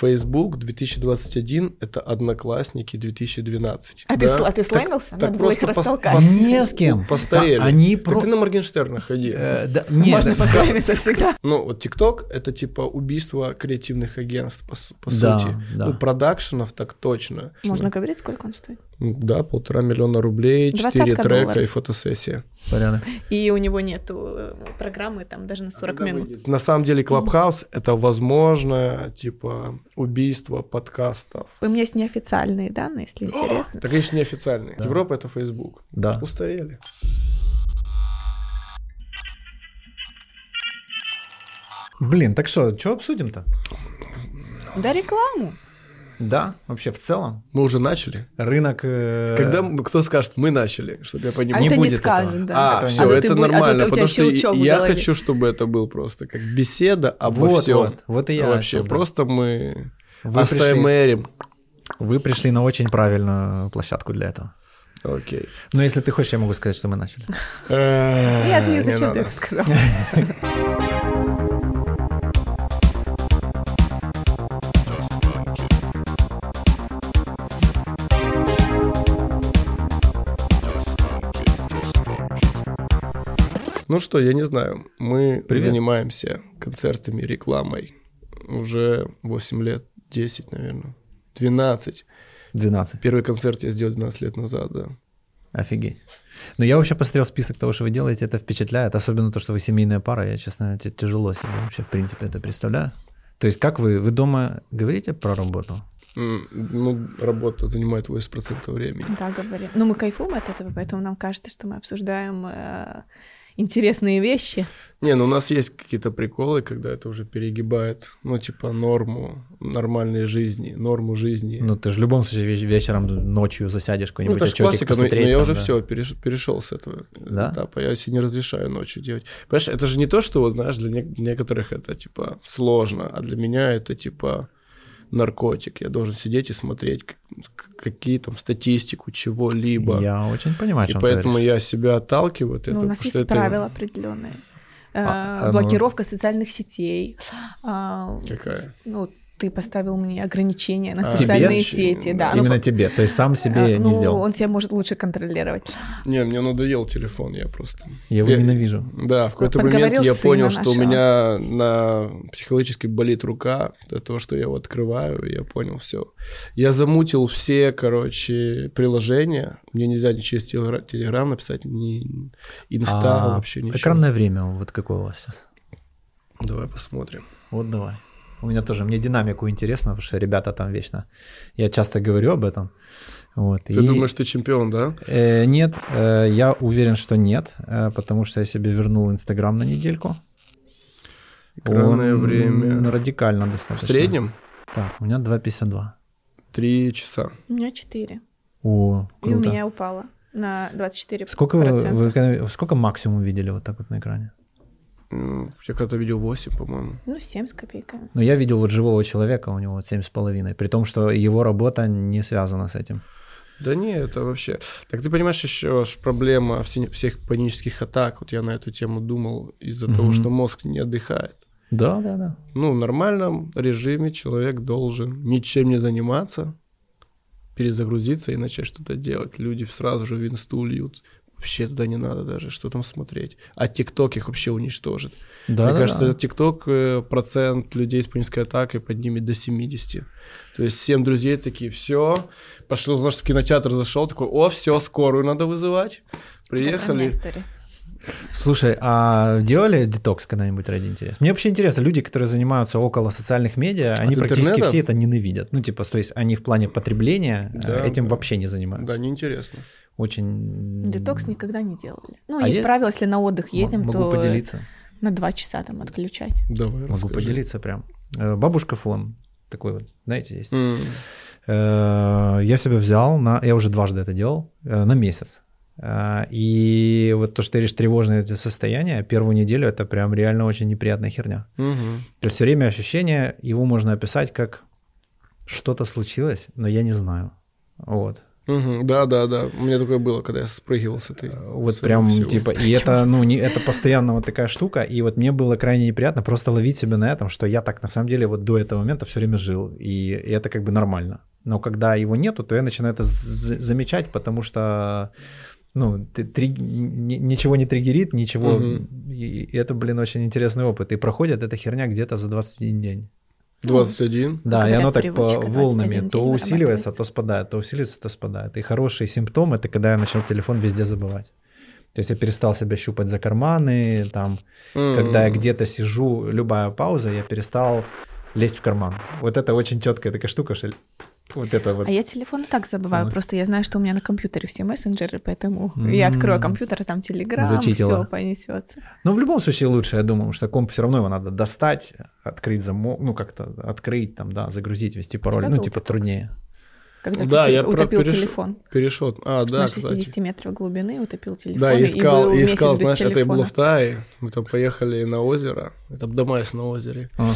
Facebook 2021 – это Одноклассники 2012. А, ты, да? сл- а ты Так- слаймился? так Надо было их просто пос- растолкать. пос- Не с кем. Постарели. Да, они Так про- Ты на Моргенштерна ходи. Э, да, нет, Можно да, послаймиться всегда. Ну, вот TikTok это типа убийство креативных агентств, по, су- по Да, сути. Ну, да. У продакшенов так точно. Можно говорить, сколько он стоит. Ну, Да, полтора миллиона рублей, четыре Двадцатка трека и долларов. фотосессия. Порядок. И у него нету э, программы там А даже на 40 минут. На самом деле Клабхаус это возможно, типа, убийство подкастов. У меня есть неофициальные данные, если интересно. Так, конечно, неофициальный. Европа это Facebook. Да. Устарели. Блин, так что, что обсудим-то? Да рекламу. Да, вообще в целом. Мы уже начали. Рынок... э, Когда м- кто скажет, мы начали, чтобы я А понимал. Не это не будет скажут, этого. да. а, этого не все, это А то будет. ты будешь- а то нормально, у тебя потому что щелчок в я голове. хочу, чтобы это был просто как беседа обо Вот, всем. вот, вот и я. о Вообще, чем, да. просто мы Вы пришли- ASMR-им. Вы пришли на очень правильную площадку для этого. Окей. Но если ты хочешь, я могу сказать, что мы начали. Нет, Нет, нет, зачем ты это сказал? Ну что, я не знаю. Мы Привет. занимаемся концертами, рекламой уже 8 лет, 10, наверное. 12. 12. Первый концерт я сделал 12 лет назад, да. Офигеть. Но я вообще посмотрел список того, что вы делаете, это впечатляет. Особенно то, что вы семейная пара. Я, честно, те- тяжело себе вообще, в принципе, это представляю. То есть как вы, вы дома говорите про работу? М, Ну, работа занимает 80% времени. Да, говори. Ну, мы кайфуем от этого, поэтому нам кажется, что мы обсуждаем э, интересные вещи. Не, ну у нас есть какие-то приколы, когда это уже перегибает, ну, типа, норму нормальной жизни, норму жизни. Ну, ты же в любом случае ве- вечером, ночью засядешь Ну, какой-нибудь это же отчетик классика, но, но посмотреть я там, уже да. все перешел с этого Да? этапа. Я себе не разрешаю ночью делать. Понимаешь, это же не то, что, вот, знаешь, для нек- некоторых это типа сложно, а для меня это типа наркотик. Я должен сидеть и смотреть к- к- какие там статистику чего-либо. Я очень понимаю, о И чем ты поэтому говоришь. я себя отталкиваю от Но этого. Ну, у нас потому есть что это- правила определенные. Э, А, а, ну- Блокировка социальных сетей. А, Какая? Ну, ты поставил мне ограничения на А, социальные тебе? сети, да. Именно ну, тебе, то есть сам а, себе ну, не сделал. он себя может лучше контролировать. Не, мне надоел телефон, я просто... Я его ненавижу. Да, в какой-то момент Подговорил я сына понял, что у нашего. меня на психологически болит рука от того, что я его открываю, и я понял все. Я замутил все, короче, приложения. Мне нельзя ни через телегра- Телеграм написать, ни Инста, А вообще ничего. Экранное время, вот какое у вас сейчас? Давай посмотрим. Вот давай. У меня тоже, мне динамику интересно, потому что ребята там вечно. Я часто говорю об этом. Вот, Ты и- думаешь, ты чемпион, да? Э, нет, э, я уверен, что нет, э, потому что я себе вернул Инстаграм на недельку. Экранное Он, м, время. Радикально В достаточно. среднем Так, у меня 2,52. три часа. У меня 4. О, И у круто. меня упало на 24%. Сколько, вы, вы эконом- сколько максимум видели вот так вот на экране? М, Я когда-то видел 8, по-моему. Ну, 7 с копейками. Ну, я видел вот живого человека, у него вот семь с половиной, при том, что его работа не связана с этим. Да не, это вообще. Так ты понимаешь, еще ж проблема вси- всех панических атак. Вот я на эту тему думал из-за того, Мгм. что мозг не отдыхает. Да, да, да. Ну, в нормальном режиме человек должен ничем не заниматься, перезагрузиться и начать что-то делать. Люди сразу же в инсту льют. Вообще туда не надо даже, что там смотреть. А ТикТок их вообще уничтожит. Да, Мне да, кажется, да. этот ТикТок э, процент людей с панической атакой поднимет до 70. То есть 7 друзей такие, все, пошел, знаешь, в кинотеатр зашел, такой, о, все, скорую надо вызывать. Программная Приехали. история. Слушай, а делали детокс когда-нибудь ради интереса? Мне вообще интересно, люди, которые занимаются около социальных медиа, они практически интернета? все это ненавидят. Ну, типа, то есть они в плане потребления э, Да, этим да. вообще не занимаются. Да, неинтересно. Очень... Детокс никогда не делали. Ну, А есть я- правило, если на отдых М- едем, Могу то поделиться. на 2 часа там отключать. Давай, Могу расскажи. поделиться прям. Э, Бабушка фон такой вот, знаете, есть. М, Э, Я себя взял на... Я уже дважды это делал, э, на месяц. Э, И вот то, что ты говоришь, тревожные эти состояния, первую неделю это прям реально очень неприятная херня. мгм. То есть все время ощущение, его можно описать как что-то случилось, но я не знаю. Вот. Мгм, да, да, да. У меня такое было, когда я спрыгивал с этой. Э, Вот с прям всего типа, и это, ну, не, это постоянно вот такая штука, и вот мне было крайне неприятно просто ловить себя на этом, что я так на самом деле вот до этого момента все время жил, и, и это как бы нормально. Но когда его нету, то я начинаю это з- замечать, потому что, ну, ты три- ни- ничего не триггерит, ничего, Мгм. и, и это, блин, очень интересный опыт, и проходит эта херня где-то за 21 день. ну, 21. Да, и говорят, оно так по привычка 21 волнами, день то усиливается, а вырабатывается. то спадает, то усиливается, то спадает. И хороший симптом это когда я начал телефон везде забывать. То есть я перестал себя щупать за карманы, там, М. когда я где-то сижу, любая пауза, я перестал лезть в карман. Вот это очень четкая такая штука, что вот это вот. А я телефон и так забываю, Целый. просто я знаю, что у меня на компьютере все мессенджеры, поэтому М. я открою компьютер, а там телеграм, Зачитила. все понесется. Но Ну, в любом случае лучше, я думаю, что комп все равно его надо достать, открыть замок, ну как-то открыть там, да, загрузить, ввести пароль, тебя ну был типа детокс? труднее. Когда Да, ты те- я про- утопил переш- телефон. Перешел. А, да, на кстати. 60 метров глубины утопил телефон. Да, я искал, и был я месяц искал, без знаешь, это я был телефона. в Тае, мы там поехали на озеро, это Бдамайс на озере, А.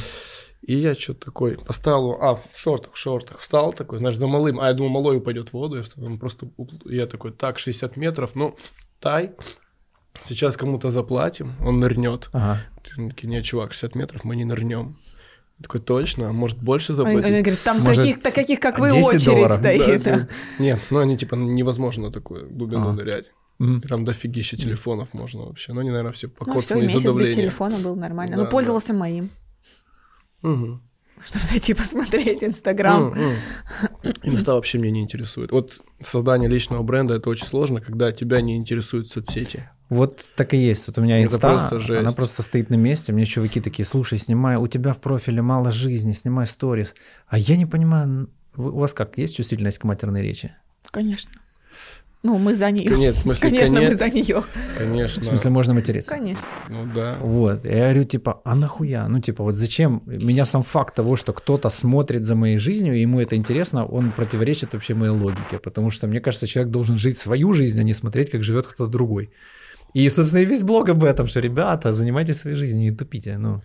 и я что-то такой поставил, а, в шортах, в шортах, встал такой, знаешь, за малым, а я думал, малой упадет в воду, я, встал, он просто, уп- я такой, так, 60 метров, ну, Тай, сейчас кому-то заплатим, он нырнет. Ага. Ты такие, нет, чувак, 60 метров мы не нырнем. Я такой, точно, а может больше Он, он заплатить? говорит, там Может, таких, так каких, как вы, 10 очередь долларов, да, стоит. Да, да. Нет, ну они типа невозможно на такую глубину Ага. нырять. Мгм. И там дофигища телефонов можно вообще. Но они, наверное, все Ну все, покоцаны из-за месяц без давления. телефона был нормально. Да, ну, пользовался моим, Мгм. чтобы зайти посмотреть Инстаграм. М, м. Инста вообще меня не интересует. Вот создание личного бренда это очень сложно, когда тебя не интересуют соцсети. Вот так и есть. Вот у меня Это инста, просто жесть. она просто стоит на месте. Мне чуваки такие, слушай, снимай, у тебя в профиле мало жизни, снимай сторис. А я не понимаю, н- вы- у вас как, есть чувствительность к матерной речи? Конечно. Ну, мы за нее. Нет, в смысле, Конечно, мы коне- за нее. конечно. В смысле, можно материться? Конечно. Ну да. Вот, я говорю, типа, а нахуя? Ну, типа, вот зачем? Меня сам факт того, что кто-то смотрит за моей жизнью, и ему это интересно, он противоречит вообще моей логике, потому что, мне кажется, человек должен жить свою жизнь, а не смотреть, как живет кто-то другой. И, собственно, и весь блог об этом, что, ребята, занимайтесь своей жизнью, не тупите, ну.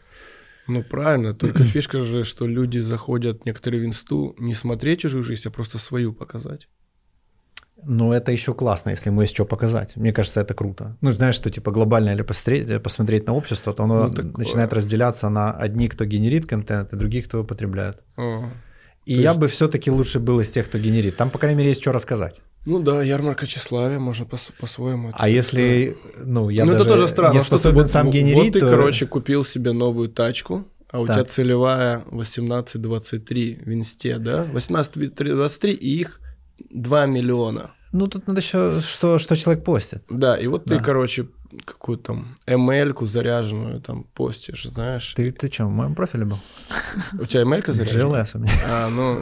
Ну правильно, только фишка же, что люди заходят некоторые в инсту не смотреть чужую жизнь, а просто свою показать. Но это еще классно, если ему есть что показать. Мне кажется, это круто. Ну, знаешь, что типа глобально или посмотреть, посмотреть на общество, то оно Ну, такое. начинает разделяться на одни, кто генерит контент, и других, кто его потребляет. А. И То я есть- бы все-таки лучше был из тех, кто генерит. Там, по крайней мере, есть что рассказать. Ну да, ярмарка тщеславия, можно пос- по-своему. это а если, ну, я ну, это даже тоже странно. не что ты способен вот- сам вот генерить, ты, то- короче, купил себе новую тачку, а у Так. тебя целевая 18-23 в инсте, да? 18-23 и их 2 миллиона. Ну, тут надо еще, что, что человек постит. Да, и вот Да. ты, короче, какую-то там ML-ку заряженную там постишь, знаешь. Ты, ты что, в моем профиле был? У тебя ML-ка заряжена? GLS у меня. А, ну,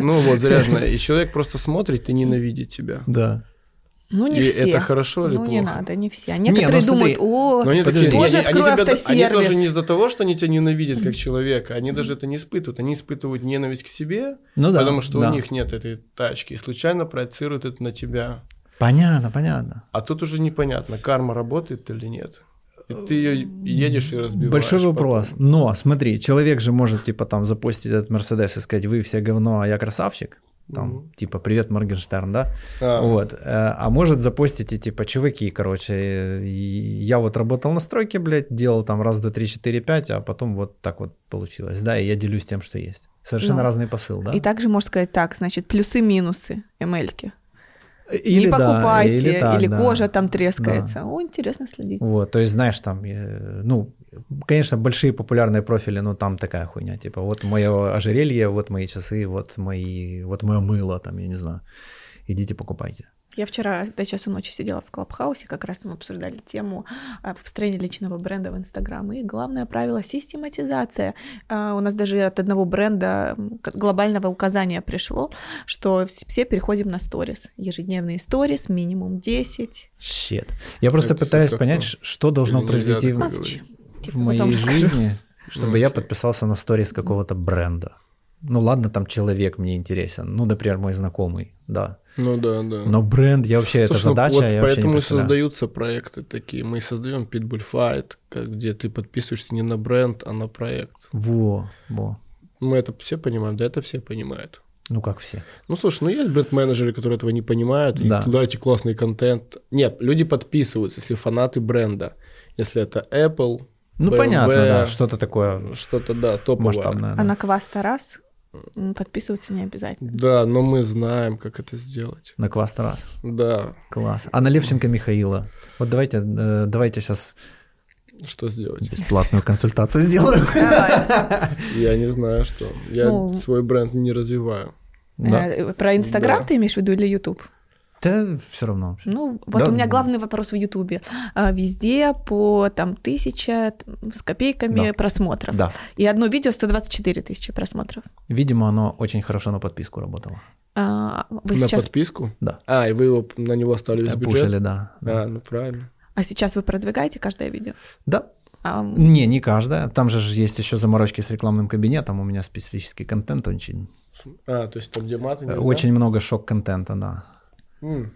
ну вот, заряженная. И человек просто смотрит и ненавидит тебя. Да. Ну, не и все. это хорошо или ну, плохо? не надо, не все. А некоторые ну, смотри, думают, о, Но они Подожди. такие, Тоже они, они открою тебя- они автосервис. тоже не из-за того, что они тебя ненавидят как человека, они даже это не испытывают, они испытывают ненависть к себе, Ну да. потому что да. у них нет этой тачки, и случайно проецируют это на тебя. Понятно, понятно. А тут уже непонятно, карма работает или нет. И ты ее едешь и разбиваешь. Большой вопрос. потом. Но смотри, человек же может типа там запустить этот Мерседес и сказать, вы все говно, а я красавчик. Там, Мгм. типа, привет, Моргенштерн, да? А, Вот. Э, А может запостить и типа, чуваки, короче, э, и я вот работал на стройке, блядь, делал там раз, два, три, четыре, пять, а потом вот так вот получилось, да, и я делюсь тем, что есть. Совершенно Ну. разный посыл, да? И также можно сказать так, значит, плюсы-минусы ML-ки. Или не да, покупайте, или, так, да. кожа там трескается. О, интересно следить. Вот, то есть, знаешь, там, э, ну, конечно, большие популярные профили, но там такая хуйня, типа, вот мое ожерелье, вот мои часы, вот мои, вот мое мыло, там, я не знаю, идите покупайте. Я вчера до часу ночи сидела в Клабхаусе, как раз там обсуждали тему а, построения личного бренда в Инстаграм. И главное правило — систематизация. А, У нас даже от одного бренда м, к- глобального указания пришло, что вс- все переходим на сторис. Ежедневные сторис, минимум 10. Щет. Я просто Это пытаюсь как-то- понять, ш- что должно нельзя произойти в, такое А говорить. зачем? Ну, в Типа, потом моей расскажу. жизни, чтобы Ну, я окей. подписался на сторис какого-то бренда. Ну ладно, там человек мне интересен, ну, например, мой знакомый, да. Ну да, да. Но бренд, я вообще, это Слушай, ну, задача, вот я вообще не поэтому и представляю. создаются проекты такие. Мы создаем Pitbull Fight, как- где ты подписываешься не на бренд, а на проект. Во, во. Мы это все понимаем, да, это все понимают. Ну, как все. Ну, слушай, ну есть бренд-менеджеры, которые этого не понимают, и Да. кидаете классный контент. Нет, люди подписываются, если фанаты бренда. Если это Apple, Ну, BMW, понятно, да, что-то такое что-то, да, топовое. масштабное. да. А на квас-то раз м, подписываться не обязательно. Да, но мы знаем, как это сделать. На квас раз. Да, Класс. А на Левченко Михаила. Вот давайте, э, давайте сейчас что сделать? бесплатную консультацию сделаем. Давайте. Я не знаю, что. Я Ну. свой бренд не развиваю. Да. Э, Про Инстаграм Да. ты имеешь в виду или Ютуб? Да, все равно. вообще. Ну, вот Да. у меня главный вопрос в Ютубе. А, Везде по там тысяча т- с копейками Да. просмотров. Да. И одно видео 124 тысячи просмотров. Видимо, оно очень хорошо на подписку работало. А, Вы на сейчас... подписку? Да. А, и вы его на него оставили весь Э, бюджет? Пушили, да. А, ну правильно. А сейчас вы продвигаете каждое видео? Да. А, м, Не, не каждая. Там же ж есть еще заморочки с рекламным кабинетом. У меня специфический контент очень. А, то есть там где маты? э, нельзя? Очень много шок-контента, да. М.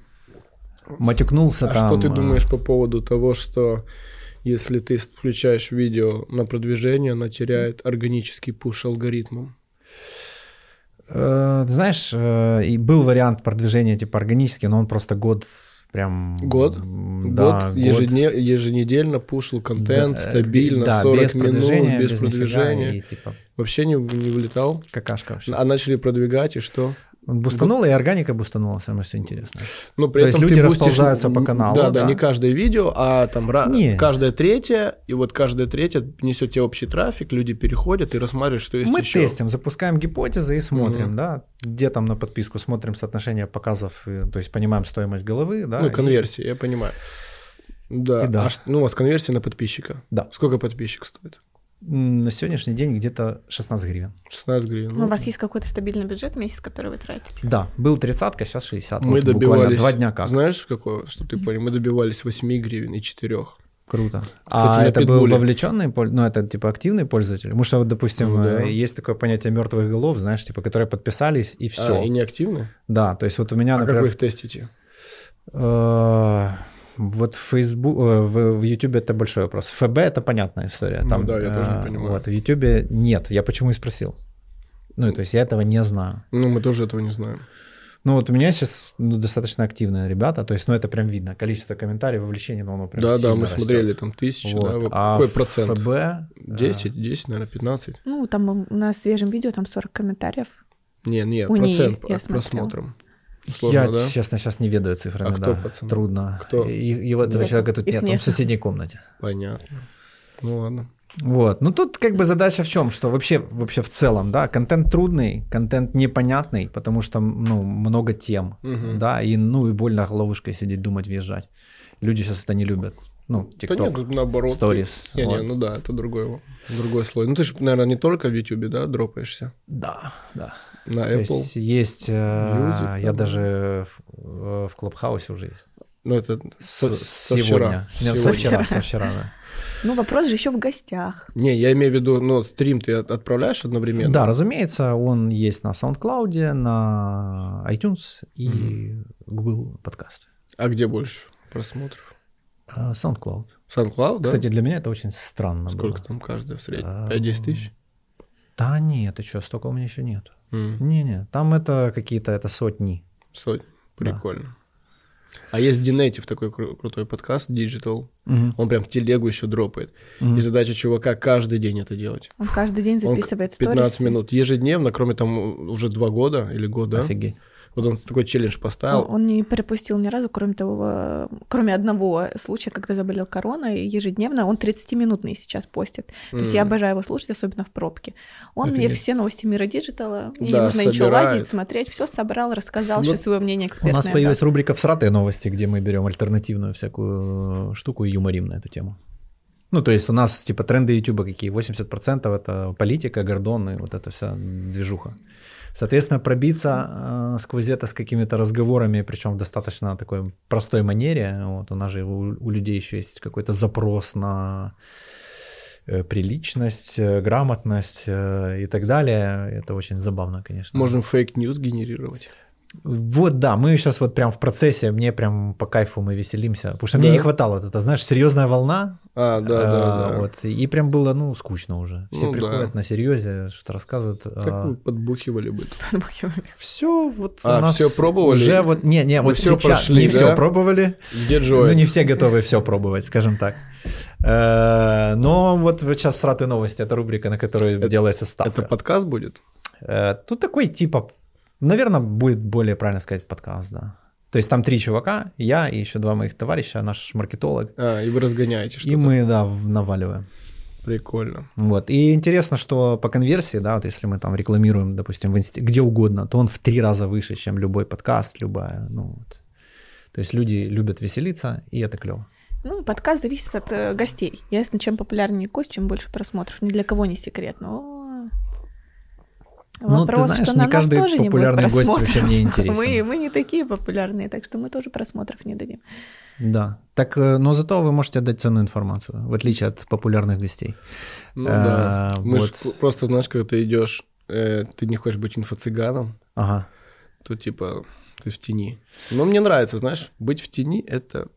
Матюкнулся А там. что ты э, думаешь по поводу того, что если ты включаешь видео на продвижение, она теряет органический пуш алгоритмом? Э, Знаешь, э, и был вариант продвижения типа органически, но он просто год прям... Год? м, Да, год, ежедне- еженедельно пушил контент Да, э, стабильно, да, 40 без минут, продвижения, без, нифига, продвижения. и типа Вообще не, не вылетал. какашка вообще. А начали продвигать, и что? Он Бустанула и органика бустанула, самое что интересное. Но Ну, при То есть этом люди ты бустишь- расползаются по каналу, Да, да, да. не каждое видео, а там ра- Не. каждое третье, и вот каждое третье несет тебе общий трафик, люди переходят и рассматривают, что есть Мы еще. тестим, запускаем гипотезы и смотрим, Мгм. да, где там на подписку смотрим соотношение показов, и, то есть понимаем стоимость головы, да. ну, и- конверсии, я понимаю. Да. И да. А ш- ну, у вас конверсия на подписчика. Да. Сколько подписчик стоит? М, На сегодняшний день где-то 16 гривен. 16 гривен. ну, У вас есть какой-то стабильный бюджет в месяц, который вы тратите? Да, был 30 сейчас 60. Мы Вот Буквально добивались... два дня как. Знаешь, какое? Что ты понял? Мы добивались 8 гривен и 4. Круто. на а это был питбуле. вовлеченный, пол- ну это типа активный пользователь. Потому что, вот, допустим, Ну да. э, есть такое понятие мертвых голов, знаешь, типа, которые подписались и все. А, и неактивны? Да, то есть вот у меня, А как например, вы их тестите? Э, Вот в Facebook, э, в, в YouTube это большой вопрос. ФБ это понятная история. Ну Там, да, я тоже не э, понимаю. Вот, в YouTube нет. Я почему и спросил. Ну, то есть я этого не знаю. Ну, мы тоже этого не знаем. Ну, вот у меня сейчас достаточно активные ребята. То есть, ну, это прям видно. Количество комментариев, вовлечение, ну, оно прям Да, да, сильно мы растет. смотрели там тысячи, Вот. да. вот А Какой в процент? ФБ... э, 10, 10, наверное, 15. Ну, там э, на свежем видео там 40 комментариев. Не, не, У нее, процент я от смотрела. просмотрам. я, Сложно, да? честно, сейчас не ведаю цифрами, А кто, да. пацаны? Трудно. Кто? И, и вот этого Нету. человека тут Их нет, он нету. в соседней комнате. Понятно. Ну ладно. Вот. Ну тут как бы задача в чем, что вообще, вообще в целом, да, контент трудный, контент непонятный, потому что, ну, много тем, Мгм. да, и, ну, и больно головушкой сидеть, думать, въезжать. Люди сейчас это не любят. Ну, Да нет, TikTok, тут наоборот. ты- Stories. Не, не, вот. ну да, это другой, другой слой. Ну ты же, наверное, не только в Ютубе, да, дропаешься? Да, да. На То Apple. есть есть, э, Music, я там. даже в, э, в Клабхаусе уже есть. Ну это со- со сегодня. вчера. Нет, Сегодня. Со вчера, со вчера, да. Ну, вопрос же еще в гостях. Не, я имею в виду, ну, стрим ты от- отправляешь одновременно? Да, разумеется, он есть на SoundCloud, на iTunes и Мгм. Google подкаст. А где больше просмотров? А, SoundCloud. SoundCloud, Ну да? Кстати, для меня это очень странно Сколько было. там каждая в среднем? Эм, 5-10 тысяч? Да нет, ты что, столько у меня еще нет. М, Не-не, там это какие-то это сотни. Сотни. Прикольно. А есть D-Native, такой кру- крутой подкаст, Digital. Он прям в телегу еще дропает. Мгм. И задача чувака каждый день это делать. Он каждый день Он записывает сторис. 15 минут ежедневно, кроме там уже два года или года. Офигеть. Вот он такой челлендж Он, поставил. он не пропустил ни разу, кроме того, э, кроме одного случая, когда заболел короной, ежедневно он 30-минутный сейчас постит. То есть я М. обожаю его слушать, особенно в пробке. Он мне Офигеть. все новости мира диджитала, мне Да, не нужно ничего собирает. лазить, смотреть, все собрал, рассказал, Ну, еще свое мнение У экспертное. нас дал. появилась рубрика «Всратые новости», где мы берем альтернативную всякую э, штуку и юморим на эту тему. Ну, то есть у нас типа тренды Ютуба какие? 80% это политика, Гордон и вот эта вся движуха. Соответственно, пробиться э, сквозь это с какими-то разговорами, причем в достаточно такой простой манере. Вот у нас же у, у людей еще есть какой-то запрос на э, приличность, э, грамотность э, и так далее. Это очень забавно, конечно. Можем фейк-ньюс генерировать. Вот, да, мы сейчас вот прям в процессе, мне прям по кайфу мы веселимся, потому что мне Да. не хватало вот это, знаешь, серьезная волна, А, да, да, А, да. Вот. И прям было, ну, скучно уже. Все Ну да. приходят на серьезе, что-то рассказывают. а, Как вы подбухивали бы? Все вот А, у нас всё пробовали? Уже вот, не, не, Вы вот всё сейчас прошли, да? не все пробовали. Где Джой? Ну, не все готовы все пробовать, скажем так. Э, Но вот сейчас сраты новости, это рубрика, на которой Это- делается ставка. Это подкаст будет? Э, Тут такой типа, наверное, будет более правильно сказать подкаст, да. То есть там три чувака, я и еще два моих товарища, наш маркетолог. А, и вы разгоняете что-то. И мы, да, в- наваливаем. Прикольно. Вот. И интересно, что по конверсии, да, вот если мы там рекламируем, допустим, в инсте- где угодно, то он в три раза выше, чем любой подкаст, любая, ну вот. То есть люди любят веселиться, и это клево. Ну, подкаст зависит от э, гостей. Ясно, чем популярнее гость, чем больше просмотров. Ни для кого не секрет, но... Ну, ты знаешь, не каждый популярный гость вообще мне интересен. Мы, мы не такие популярные, так что мы тоже просмотров не дадим. Да. Так, э, но зато вы можете дать ценную информацию, в отличие от популярных гостей. Ну А, да. Мы ж вот. п- просто, знаешь, когда ты идешь, э, ты не хочешь быть инфо-цыганом, Ага. то типа ты в тени. Но мне нравится, знаешь, быть в тени — это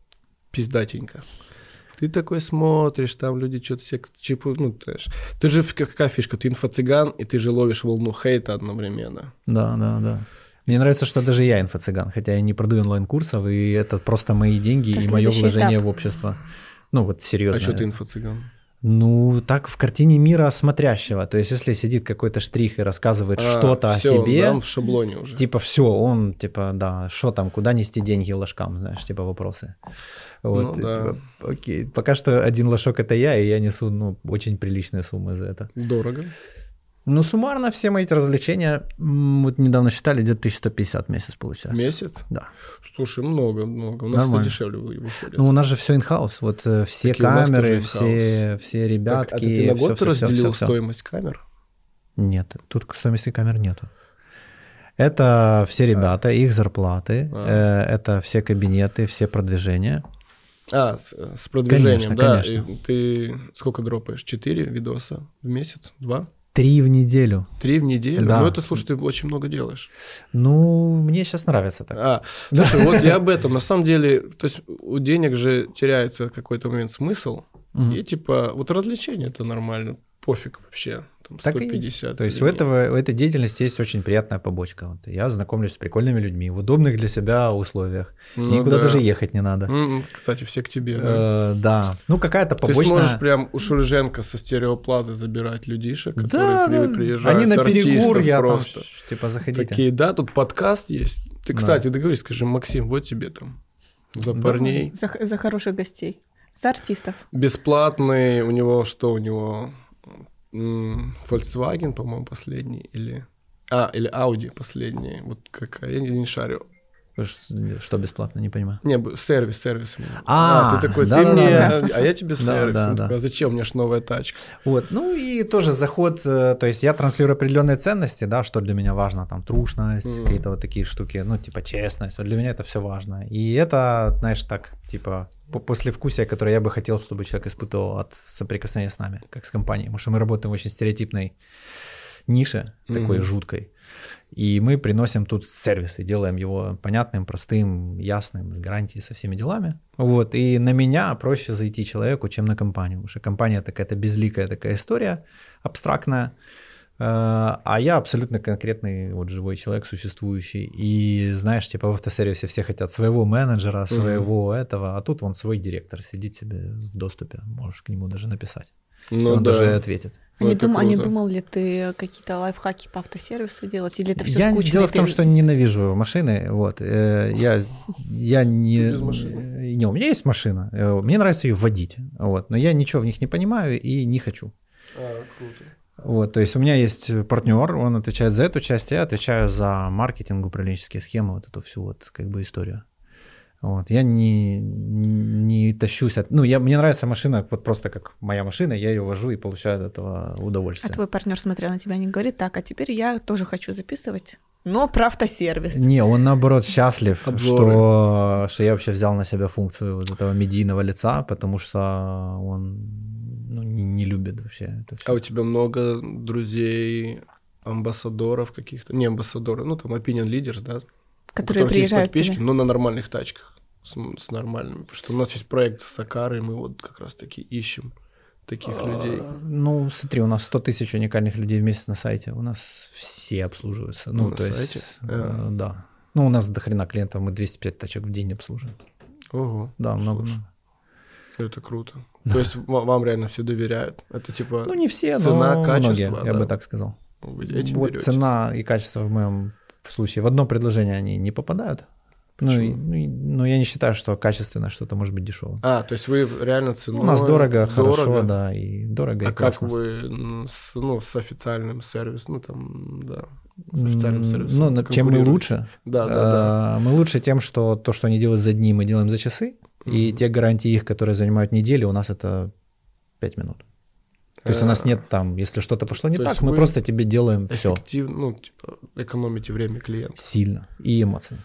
пиздатенько. Ты такой смотришь, там люди что-то все чипу, ну, ты знаешь. Ты же, в- какая фишка, ты инфо-цыган, и ты же ловишь волну хейта одновременно. Да, да, да. Мне нравится, что даже я инфо-цыган, хотя я не продаю онлайн-курсов, и это просто мои деньги Это и мое следующий вложение этап. в общество. Ну вот серьезно. А что ты инфо-цыган? Ну, так в картине мира смотрящего. То есть, если сидит какой-то штрих и рассказывает А, что-то о всё, себе, да, в шаблоне уже. типа все, он типа, да, что там, куда нести деньги ложкам, знаешь, типа вопросы. Вот, Ну и да. типа, окей, пока что один ложок это я, и я несу, ну, очень приличные суммы за это. Дорого. Ну, суммарно все мои эти развлечения, м, вот недавно считали, где-то 1150 в месяц В получается. месяц? Да. Слушай, много, много. У нас Нормально. это дешевле вы- выходит. Ну, у нас же все инхаус, вот э, все Так и у нас тоже камеры, in-house. все, все Так, ребятки. а ты на всё, год всё, всё, разделил всё, всё. стоимость камер? Нет, тут стоимости камер нету. Это все ребята, их зарплаты, А. э, это все кабинеты, все продвижения. А, с, с продвижением, Конечно, да. конечно. И Ты сколько дропаешь? Четыре видоса в месяц? Два? Три в неделю. Три в неделю? Да. Ну, это, слушай, ты очень много делаешь. Ну, мне сейчас нравится так. А, слушай, вот я об этом. На самом деле, то есть у денег же теряется какой-то момент смысл. Мгм. И типа, вот развлечение это нормально. Пофиг вообще. Там Так и есть. 150. То есть или у, нет. этого, у этой деятельности есть очень приятная побочка. Вот я знакомлюсь с прикольными людьми в удобных для себя условиях. Ну Никуда да. даже ехать не надо. М, Кстати, все к тебе. да. Э, да. Ну, какая-то побочная... Ты сможешь прям у Шульженко со стереоплазы забирать людишек, которые Да, при- да. приезжают. Они на артистов перегур, я там, просто. ш- типа, заходите. Такие, да, тут подкаст есть. Ты, Да. кстати, договорись, скажи, Максим, вот тебе там за Да. парней. За, за хороших гостей. За артистов. Бесплатный, у него что, у него м, Volkswagen, по-моему, последний, или... А, или Audi последний, вот какая, я не, не шарю. Ш- Что бесплатно, не понимаю. Не, б- сервис, сервис. А, ты такой, ты да-да-да, мне, да. а я тебе Да, сервис. да, Он да. такой, а зачем, у меня ж новая тачка. Вот, ну и тоже заход, э, то есть я транслирую определенные ценности, да, что для меня важно, там, трушность, Мгм. какие-то вот такие штуки, ну, типа, честность, вот для меня это все важно. И это, знаешь, так, типа, по- послевкусие, которое я бы хотел, чтобы человек испытывал от соприкосновения с нами, как с компанией, потому что мы работаем в очень стереотипной нише, такой Мгм. жуткой, и мы приносим тут сервис и делаем его понятным, простым, ясным, с гарантией, со всеми делами. Вот. И на меня проще зайти человеку, чем на компанию. Потому что компания такая-то безликая такая история, абстрактная. Э, А я абсолютно конкретный вот живой человек, существующий. И знаешь, типа в автосервисе все хотят своего менеджера, своего этого, а тут он свой директор сидит себе в доступе, можешь к нему даже написать. И Ну он да. даже ответит. А Ну, не, это дум- а не круто. думал ли ты какие-то лайфхаки по автосервису делать? Или это все я скучно? дело и в ты- том, что ненавижу машины. Вот э, я я не Ты без машины. не у меня есть машина. э, Мне нравится ее водить. Вот, но я ничего в них не понимаю и не хочу. А, круто. Вот, то есть у меня есть партнер, он отвечает за эту часть, я отвечаю за маркетинг, управленческие схемы, вот эту всю вот как бы историю. Вот, я не, не тащусь от... Ну, я, мне нравится машина, вот просто как моя машина, я ее вожу и получаю от этого А удовольствие. твой партнер, смотря на тебя, не говорит, так, а теперь я тоже хочу записывать, но про автосервис. Не, он наоборот счастлив, Обзоры. что, что я вообще взял на себя функцию вот этого медийного лица, потому что он ну, не, не любит вообще это всё. А у тебя много друзей, амбассадоров каких-то? Не амбассадоры, ну там opinion leaders, да? У которых которые есть приезжают к тебе. подписчики, но на нормальных тачках. с, с нормальными. Потому что у нас есть проект с Акарой, мы вот как раз таки ищем таких людей. А, Ну, смотри, у нас 100 тысяч уникальных людей в месяц на сайте. У нас все обслуживаются. Ну, На то сайте? есть, э, А. да. Ну, у нас до хрена клиентов, мы 205 тачек в день обслуживаем. Ого. Да, много. Слушай, много. Это круто. То есть ва- вам реально все доверяют. Это типа Ну, не все, цена, но качество, многие, я да. бы так сказал. вы этим вот беретесь. цена и качество в моем случае. В одно предложение они не попадают. Ну, и- Почему? ну, и- ну, я не считаю, что качественно что-то может быть дешевым. А, то есть вы реально цену. У нас дорого, хорошо, да, и дорого, и Ну, А как классно. вы м, с, ну, с официальным сервисом, ну там, да, с М, официальным сервисом? Ну, над- чем мы конкурируете? лучше, Да, да, да. Э, мы лучше тем, что то, что они делают за дни, мы делаем за часы, и Мгм. те гарантии их, которые занимают недели, у нас это 5 минут. То есть у нас Э, нет там, если что-то пошло не то так, есть мы вы просто тебе делаем все Эффективно, ну, типа, экономите время клиента. сильно и эмоции.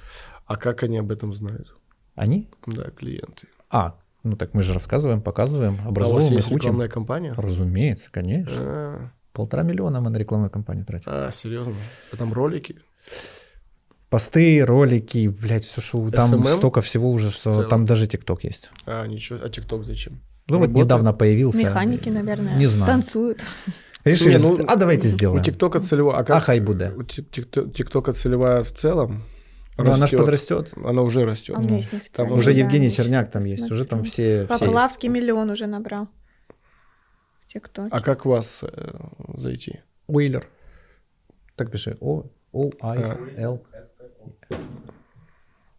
А как они об этом знают? Они? Да, клиенты. А, ну так мы же рассказываем, показываем, а у вас образовываем, есть их учим. рекламная кампания? Разумеется, конечно. А, Полтора миллиона мы на рекламную кампанию тратим. а, серьезно? А там ролики? Посты, ролики, блядь, все что там SMM? столько всего уже, что В целом. там даже ТикТок есть. А, ничего. А ТикТок зачем? Ну вот Работает? недавно появился. Механики, наверное, э, Не знаю. танцуют. Не, Решили, ну, а давайте сделаем. У ТикТока целевая... А как... Ахай буде. У Тик- Тик- ТикТока целевая в целом Ну, она ж растет. подрастет. Она уже растет. А у меня есть неофициальный, Там ну, Уже да, Евгений я щас Черняк там есть, посмотрю. уже там все... все есть. Поплавский миллион уже набрал. В ТикТоке. А как вас э, зайти? Уэйлер. Так пиши. О, О, Ай, Л.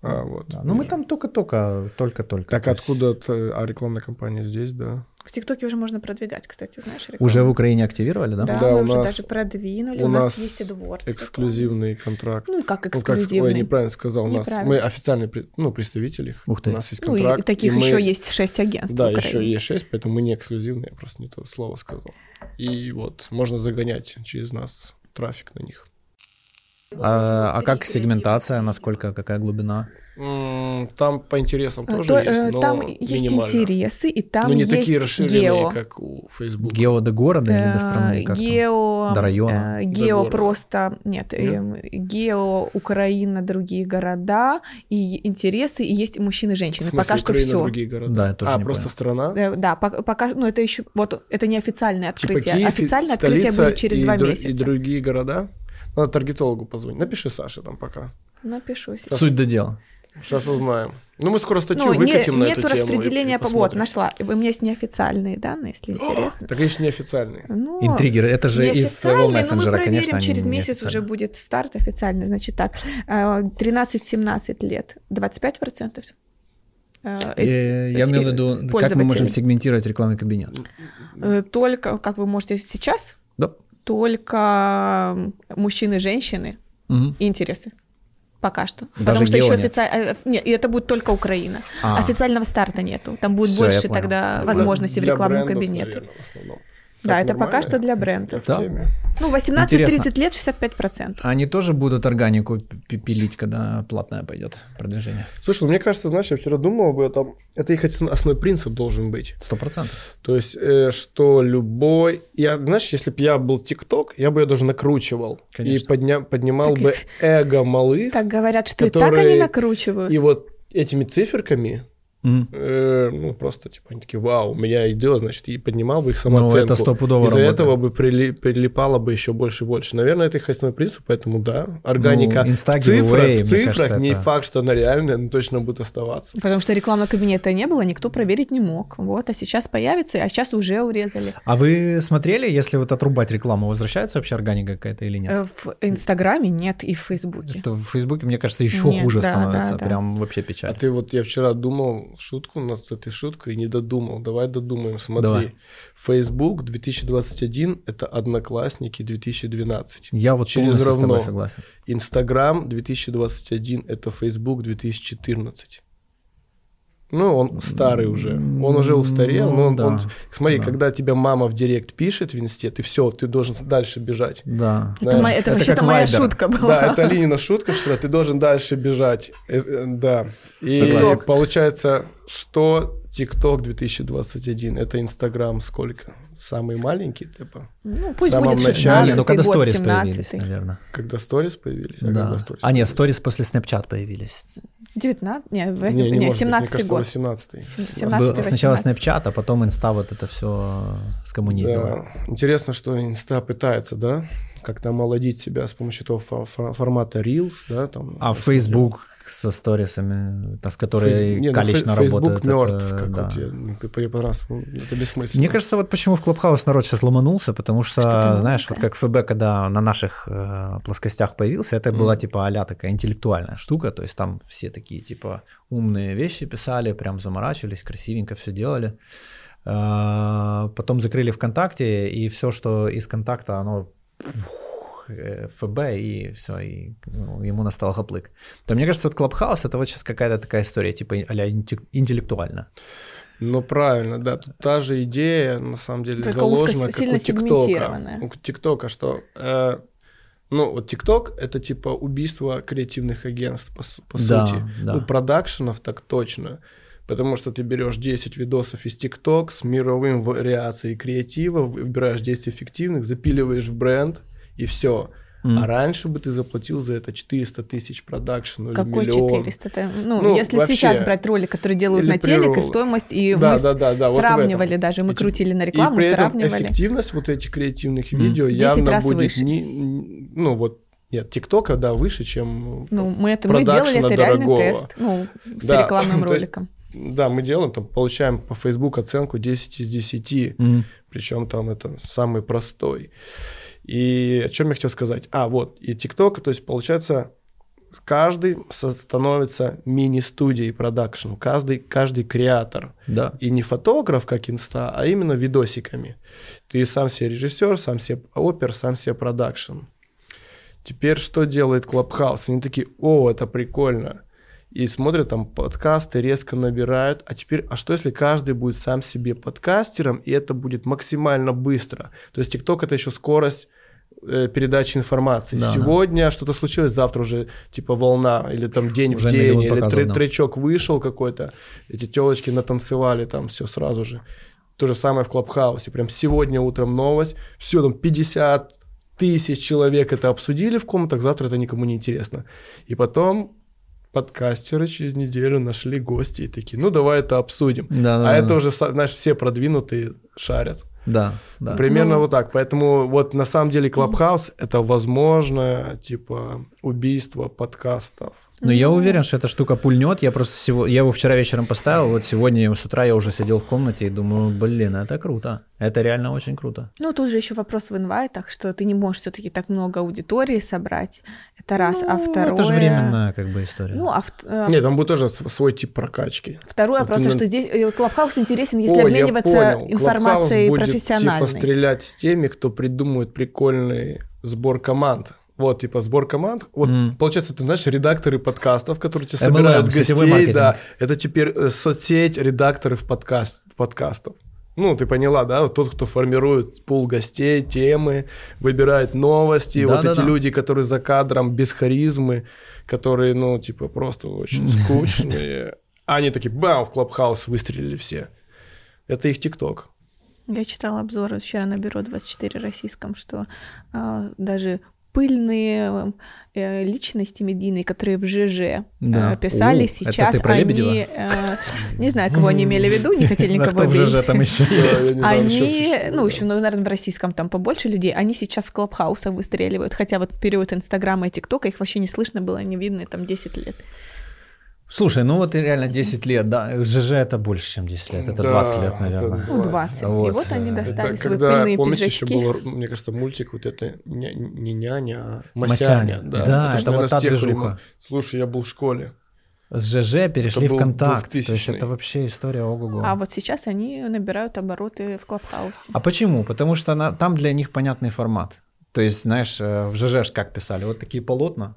А, вот. Да, Ну, мы вижу. там только-только, только-только. Так То есть откуда т- а рекламная кампания здесь, да? В ТикТоке уже можно продвигать, кстати, знаешь, рекламу. Уже в Украине активировали, да? Да, Да, мы у уже нас- даже продвинули. у Ну, У, нас нас, есть и двор. Эксклюзивный контракт. Ну и как Ну, как сказать, ой, эксклюзивный. неправильно сказал. У нас Неправильно. мы официальные пре- ну, представители. их. Ух ты. У нас есть Ну и- контракт. и таких мы- еще есть шесть агентств. Да, в Украине. еще есть 6, поэтому мы не эксклюзивные, я просто не то слово сказал. И вот, можно загонять через нас трафик на них. А, а как сегментация, насколько, какая глубина? М, Там по интересам А, тоже то, есть, э, но там есть минимально. интересы, и там но не есть такие расширенные, гео. как у Facebook. Гео до города или до страны? Э, Как там? Гео, До района? э, гео города. просто нет, эм, гео Украина, другие города и интересы и есть и мужчины, и В женщины. смысле, пока что Украина, все. другие города. Да, я тоже а, не просто понял. страна? Да, пок- пока, ну это еще вот это неофициальное Типа открытие. Киев, Официальное столица открытие будет через и два дру- И месяца. другие города? Надо таргетологу позвонить. Напиши Саше там пока. Напишу. сейчас. Суть до дела. Сейчас узнаем. Ну, мы скоро статью Ну, не- выкатим на эту нету тему. и- и распределения по вот посмотрим. нашла. У меня есть неофициальные данные, если интересно. Так есть неофициальные. Ну, Интригер. Это же из неофициальные, твоего но мы мессенджера, проверим, конечно, они через месяц неофициальные. уже будет старт официальный. Значит так, э, 13-17 лет, 25%. э, Э, Я эти имел в виду, как мы пользователи. можем сегментировать рекламный кабинет? э, Только, как вы можете сейчас, Да. только мужчины, женщины Мгм. и интересы. Пока что. Даже Потому что гео еще нет. официально... Нет, и это будет только Украина. А. Официального старта нету. Там будет Всё, я больше понял. тогда возможностей в Для рекламном брендов, кабинете. наверное, в основном. Да, Так это пока нормально? что для Я брендов. в Да. теме. Ну, 18-30 лет 65%. Они тоже будут органику пи- пилить, когда платное пойдет продвижение. Слушай, ну, мне кажется, знаешь, я вчера думал об этом. Это их основ- основной принцип должен быть. Сто процентов. То есть, э, что любой... Я, знаешь, если бы я был ТикТок, я бы ее даже накручивал. Конечно. И подня- поднимал Так и- бы эго малых. Так говорят, что и так которые- они накручивают. И вот этими циферками, э, ну, просто, типа, они такие, вау, у меня идет, значит, и поднимал бы их самооценку. Ну, это стопудово Из-за работает. этого бы прили- прилипало бы еще больше и больше. Наверное, это их основной принцип, поэтому да, органика Ну, в Insta цифрах, giveaway, в мне цифрах кажется, не это- факт, что она реальная, но точно будет оставаться. Потому что рекламного кабинета не было, никто проверить не мог. Вот, а сейчас появится, а сейчас уже урезали. А вы смотрели, если вот отрубать рекламу, возвращается вообще органика какая-то или нет? Э, В Инстаграме нет и в Фейсбуке. Это в Фейсбуке, мне кажется, еще Нет, хуже да, становится. да, да. Прям вообще А печаль. ты вот, я вчера думал шутку над этой шуткой и не додумал. Давай додумаем, смотри. Давай. Facebook 2021 – это Одноклассники 2012. Я вот Через полностью с тобой равно. согласен. Инстаграм 2021 это Facebook 2014. Ну, он старый уже. Он уже устарел, Ну, но он, да. он- Смотри, Да. когда тебя мама в директ пишет в инсте, ты все, ты должен дальше бежать. Да. Это, Знаешь, моя- это это вообще-то как моя Вайбер. шутка была. Да, это Линина шутка вчера, ты должен дальше бежать. Э, э, Да. И Согласен. получается, что TikTok 2021, это Инстаграм сколько? Самый маленький, типа, Ну, пусть самом будет начале, 16 ну, когда год, сторис появились, 17 наверное. когда сторис появились? а да. когда stories А нет, появились? сторис после Snapchat появились. 19, не, Не, не, возьми- не, может быть, 17 мне год. кажется, 18-й. Семнадцатый, Было сначала восемнадцатый. Snapchat, а потом Инста вот это все скоммуниздило. Да. Интересно, что Инста пытается, да, как-то молодить себя с помощью того фо- фо- формата Reels, да, там. А Facebook со сторисами, так, с Фейс- не, которые ну, колично Фей- Facebook работают. это- мертв, как да. вот я не п- п- раз, ну, это бессмысленно. Мне кажется, вот почему в Клабхаус народ сейчас ломанулся, потому что, Что-то знаешь, вот новенькое. как ФБ, когда на наших э, плоскостях появился, это Мгм. была типа а такая интеллектуальная штука, то есть там все такие типа умные вещи писали, прям заморачивались, красивенько все делали. А, Потом закрыли ВКонтакте, и все, что из контакта, оно пух, э, ФБ, и все, и ну, ему настал хаплык. То мне кажется, вот Клабхаус это вот сейчас какая-то такая история, типа а-ля интек- интеллектуальная. Ну, правильно, да. Тут та же идея, на самом деле, Только заложена, узко- как сильно у ТикТока. сегментированная. У ТикТока, что... э, ну, вот ТикТок — это типа убийство креативных агентств, по, су- по Да, сути. Ну, да. У продакшенов так точно. Потому что ты берешь 10 видосов из ТикТок с мировым вариацией креатива, выбираешь 10 эффективных, запиливаешь в бренд, и все. М. А раньше бы ты заплатил за это 400 тысяч продакшену или Какой миллион. 400? Ты- Ну, Ну, если вообще. сейчас брать ролик, который делают Или на телек, и преролл. стоимость, и Да, мы с- да, да, да, вот в этом. сравнивали даже, И мы тип- крутили на рекламу, и при этом сравнивали. эффективность вот этих креативных Мгм. видео 10 явно раз будет выше. не, не- ну вот нет ТикТока да выше, чем Ну, мы это мы делали, продакшена это реальный дорогого. тест, ну, с Да, рекламным то есть- роликом. да мы делаем там получаем по Facebook оценку 10 из 10, М. причем там это самый простой. И о чем я хотел сказать? А вот и ТикТок, то есть получается каждый со- становится мини-студией продакшн, каждый каждый креатор. Да. и не фотограф, как инста, а именно видосиками. Ты сам себе режиссер, сам себе опер, сам себе продакшн. Теперь что делает Клабхаус? Они такие, о, это прикольно. И смотрят там подкасты, резко набирают. А теперь, а что если каждый будет сам себе подкастером, и это будет максимально быстро? То есть ТикТок это еще скорость э, передачи информации. Да, да. Сегодня что-то случилось, завтра уже типа волна, или там день Уже в миллион день, или показов, тры- да. тречок вышел какой-то, эти телочки натанцевали там все сразу же. То же самое в Клабхаусе. Прям сегодня утром новость. Все, там 50 тысяч человек это обсудили в комнатах, завтра это никому не интересно. И потом подкастеры через неделю нашли гости и такие, ну давай это обсудим. Да, а да, это да. уже, са- знаешь, все продвинутые шарят. Да, да. Примерно Ну. вот так. Поэтому вот на самом деле Клабхаус это возможное типа убийство подкастов. Но я Ну. уверен, что эта штука пульнет. Я просто всего, я его вчера вечером поставил, вот сегодня с утра я уже сидел в комнате и думаю, блин, это круто, это реально очень круто. Ну, тут же еще вопрос в инвайтах, что ты не можешь все-таки так много аудитории собрать, это раз, а Ну, второе... Это же временная как бы история. Ну, а вт- э, Нет, там будет тоже св- свой тип прокачки. второе вот просто, именно- что здесь э, Клабхаус интересен, если О, я обмениваться понял. информацией Clubhouse будет, профессиональной. Типа стрелять с теми, кто придумывает прикольный сбор команд. Вот, типа, сбор команд. Вот, Мгм. получается, ты знаешь, редакторы подкастов, которые тебе MLM, собирают сетевой гостей. Да, маркетинг. это теперь э, соцсеть редакторов подкаст, подкастов. Ну, ты поняла, да? Вот тот, кто формирует пул гостей, темы, выбирает новости. вот эти Да-да-да. люди, которые за кадром без харизмы, которые, ну, типа, просто очень скучные. Они такие, бам, в клабхаус выстрелили все. Это их ТикТок. Я читала обзор вчера на бюро 24 российском, что а, даже пыльные э, личности медийные, которые в ЖЖ Да. э, писали, О, это сейчас ты про Лебедева? они... э, не знаю, кого они имели в виду, не хотели А никого кто в ЖЖ там обидеть. еще Я есть? не знаю, ещё Они, существует, ну, да. еще, наверное, в российском там побольше людей, они сейчас в Клабхауса выстреливают, хотя вот в период Инстаграма и ТикТока их вообще не слышно было, не видно и там 10 лет. Слушай, ну вот и реально 10 лет, да, ЖЖ это больше, чем 10 лет, это Да, 20 лет, это- наверное. Ну, 20. Вот, и вот они э, достали Это свои когда, пыльные помните, пиджачки. еще был, мне кажется, мультик вот это не, не няня, а Масяня. Масяня. Да, ж, Да, это вот наверное, с та тех времен. движуха. Слушай, я был в школе. С ЖЖ перешли был в контакт, то есть 2000-й. это вообще история ого-го. А вот сейчас они набирают обороты в Клабхаусе. А почему? Потому что она, там для них понятный формат. То есть, знаешь, э, в ЖЖ ж как писали, вот такие полотна.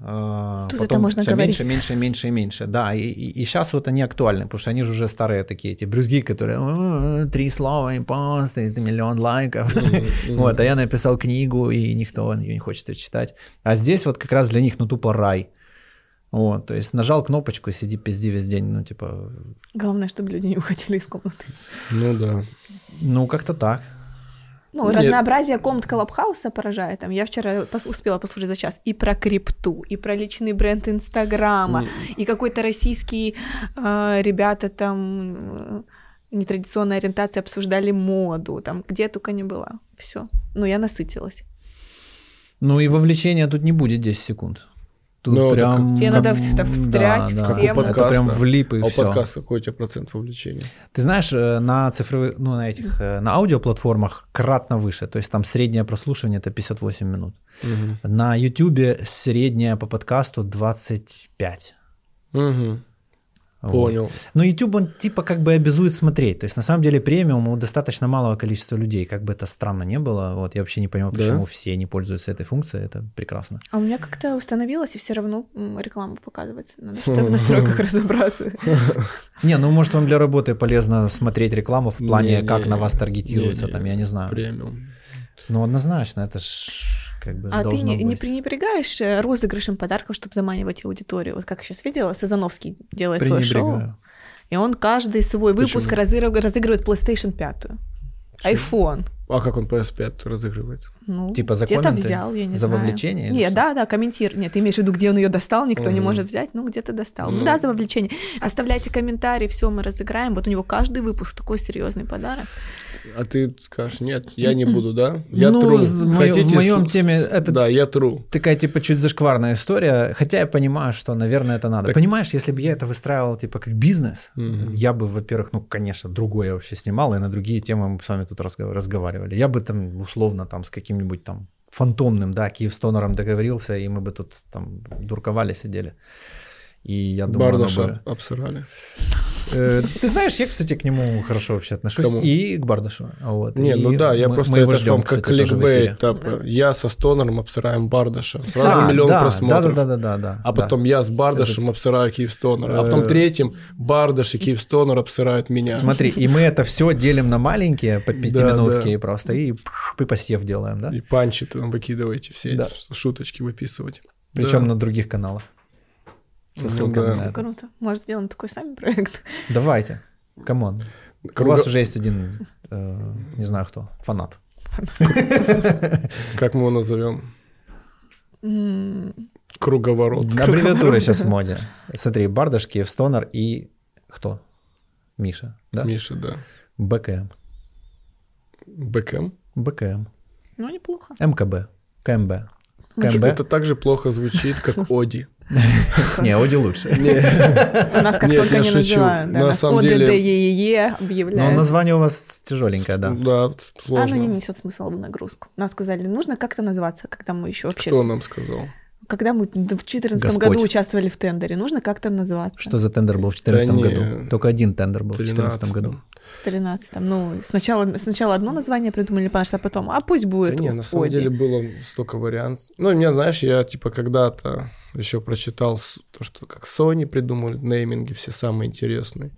э, Тут это потом можно всё говорить. меньше, меньше, меньше, меньше. Да, и, сейчас вот они актуальны, потому что они же уже старые такие, эти брюзги, которые «Э, три слова и пост, и миллион лайков. Вот, а я написал книгу, и никто ее не хочет её читать. А здесь вот как раз для них, ну, тупо рай. Вот, то есть нажал кнопочку, сиди пизди весь день, ну типа, Главное, чтобы люди не уходили из комнаты. Ну да. ну как-то так. Ну, Нет. разнообразие комнат Коллабхауса поражает. Там я вчера пос- успела послушать за час и про крипту, и про личный бренд Инстаграма, и какой-то российский э, ребята там э, нетрадиционной ориентации обсуждали моду, там где я только не была. Все. Ну, я насытилась. Ну и вовлечения тут не будет 10 секунд. Тут Ну, так прям... Тебе как- надо всё это встрять в Как у тему. Это подкаста. прям влип и а у всё. подкаста какой у тебя процент вовлечения? Ты знаешь, э, на цифровых, ну, на этих, э, на аудиоплатформах кратно выше. То есть там среднее прослушивание это 58 минут. Мгм. На YouTube среднее по подкасту 25. Мгм. Вот. Понял. Но YouTube, он типа как бы обязует смотреть. То есть на самом деле премиум у достаточно малого количества людей. Как бы это странно не было. Вот я вообще не понимаю, Да. почему все не пользуются этой функцией. Это прекрасно. А у меня как-то установилось, и все равно м, реклама показывается. Надо что-то в настройках разобраться. Не, ну может вам для работы полезно смотреть рекламу в плане, Не-не, как на вас таргетируется не-не, там, я не знаю. Премиум. Ну однозначно, это ж как бы А ты должно не, не быть. пренебрегаешь э, розыгрышем подарков, чтобы заманивать аудиторию? Вот как сейчас видела, Сазановский делает свое шоу, Пренебрегаю. и он каждый свой выпуск Почему? разыгрыв- разыгрывает PlayStation 5, iPhone. А как он PS5 разыгрывает? Ну, Типа за где-то комменты? взял, я не За знаю. вовлечение или Нет, что? да, да, комментир. Нет, ты имеешь в виду, где он ее достал, никто не Мгм. может взять, ну где-то достал. Ну, Ну. да, за вовлечение. Оставляйте комментарии, все мы разыграем. Вот у него каждый выпуск такой серьезный подарок. А ты скажешь, нет, я не буду, да? Я Ну, тру. с моё- в моём с- теме с- это- Да, я тру. Такая, типа, чуть зашкварная история, хотя я понимаю, что, наверное, это надо. Так- Понимаешь, если бы я это выстраивал, типа, как бизнес, Мгм. я бы, во-первых, ну, конечно, другое вообще снимал, и на другие темы мы с вами тут разго- разговаривали. Я бы там, условно, там, с каким-нибудь там фантомным, да, Киевстонером договорился, и мы бы тут там дурковали, сидели. И я думаю, оно бы- Бардаша обсырали. Э, Ты знаешь, я, кстати, к нему хорошо вообще отношусь. Кому? И к Бардашу. Вот. Не, И ну да, я мы- просто мы его это ж ждём, вам кстати, как тоже в эфире. кликбейт. типа, Я со Стонером обсыраем Бардаша. Сразу Да, миллион да, просмотров. Да, да, да, да, да. А потом я с Бардашем обсыраю Киевстонера. А Э, потом третьим Бардаш и Киевстонер обсырают меня. Смотри, и мы это все делим на маленькие по пятиминутке да. и просто и, пш, и посев делаем, да? И панчи там выкидываете все Да. эти ш- шуточки выписывать. Причем Да. на других каналах. Со Ну ссылками да. на Всё это. круто. Может, сделаем такой сами проект. Давайте. Камон. У Круга- вас уже есть один, э, не знаю кто, фанат. Как мы его назовем? М, Круговорот. Аббревиатура сейчас в моде. Смотри, Бардаш, Киевстонер и кто? Миша, да? Миша, да. БКМ. БКМ. БКМ. Ну, неплохо. МКБ. КМБ. Это КМБ. так же плохо звучит, как Оди. Не, Оди лучше. У нас как Нет, только я не шучу. называют. да, На нас самом деле- ОДДЕЕ Но объявляют. название у вас тяжеленькое, да. Да, с- Оно А, ну не сложно. несет смысловую нагрузку. Нам сказали, нужно как-то называться, когда мы еще вообще... Кто нам сказал? Когда мы в 2014 Господь. году участвовали в тендере, нужно как-то называться. Что за тендер был в 2014 Да не. году? Только один тендер был в 2014 Тринадцатом. году. В 13 Ну, сначала, сначала одно название придумали, потому что потом, а пусть Да будет не, на самом Оди. деле было столько вариантов. Ну, меня, знаешь, я типа когда-то еще прочитал с- то, что как Sony придумали нейминги все самые интересные.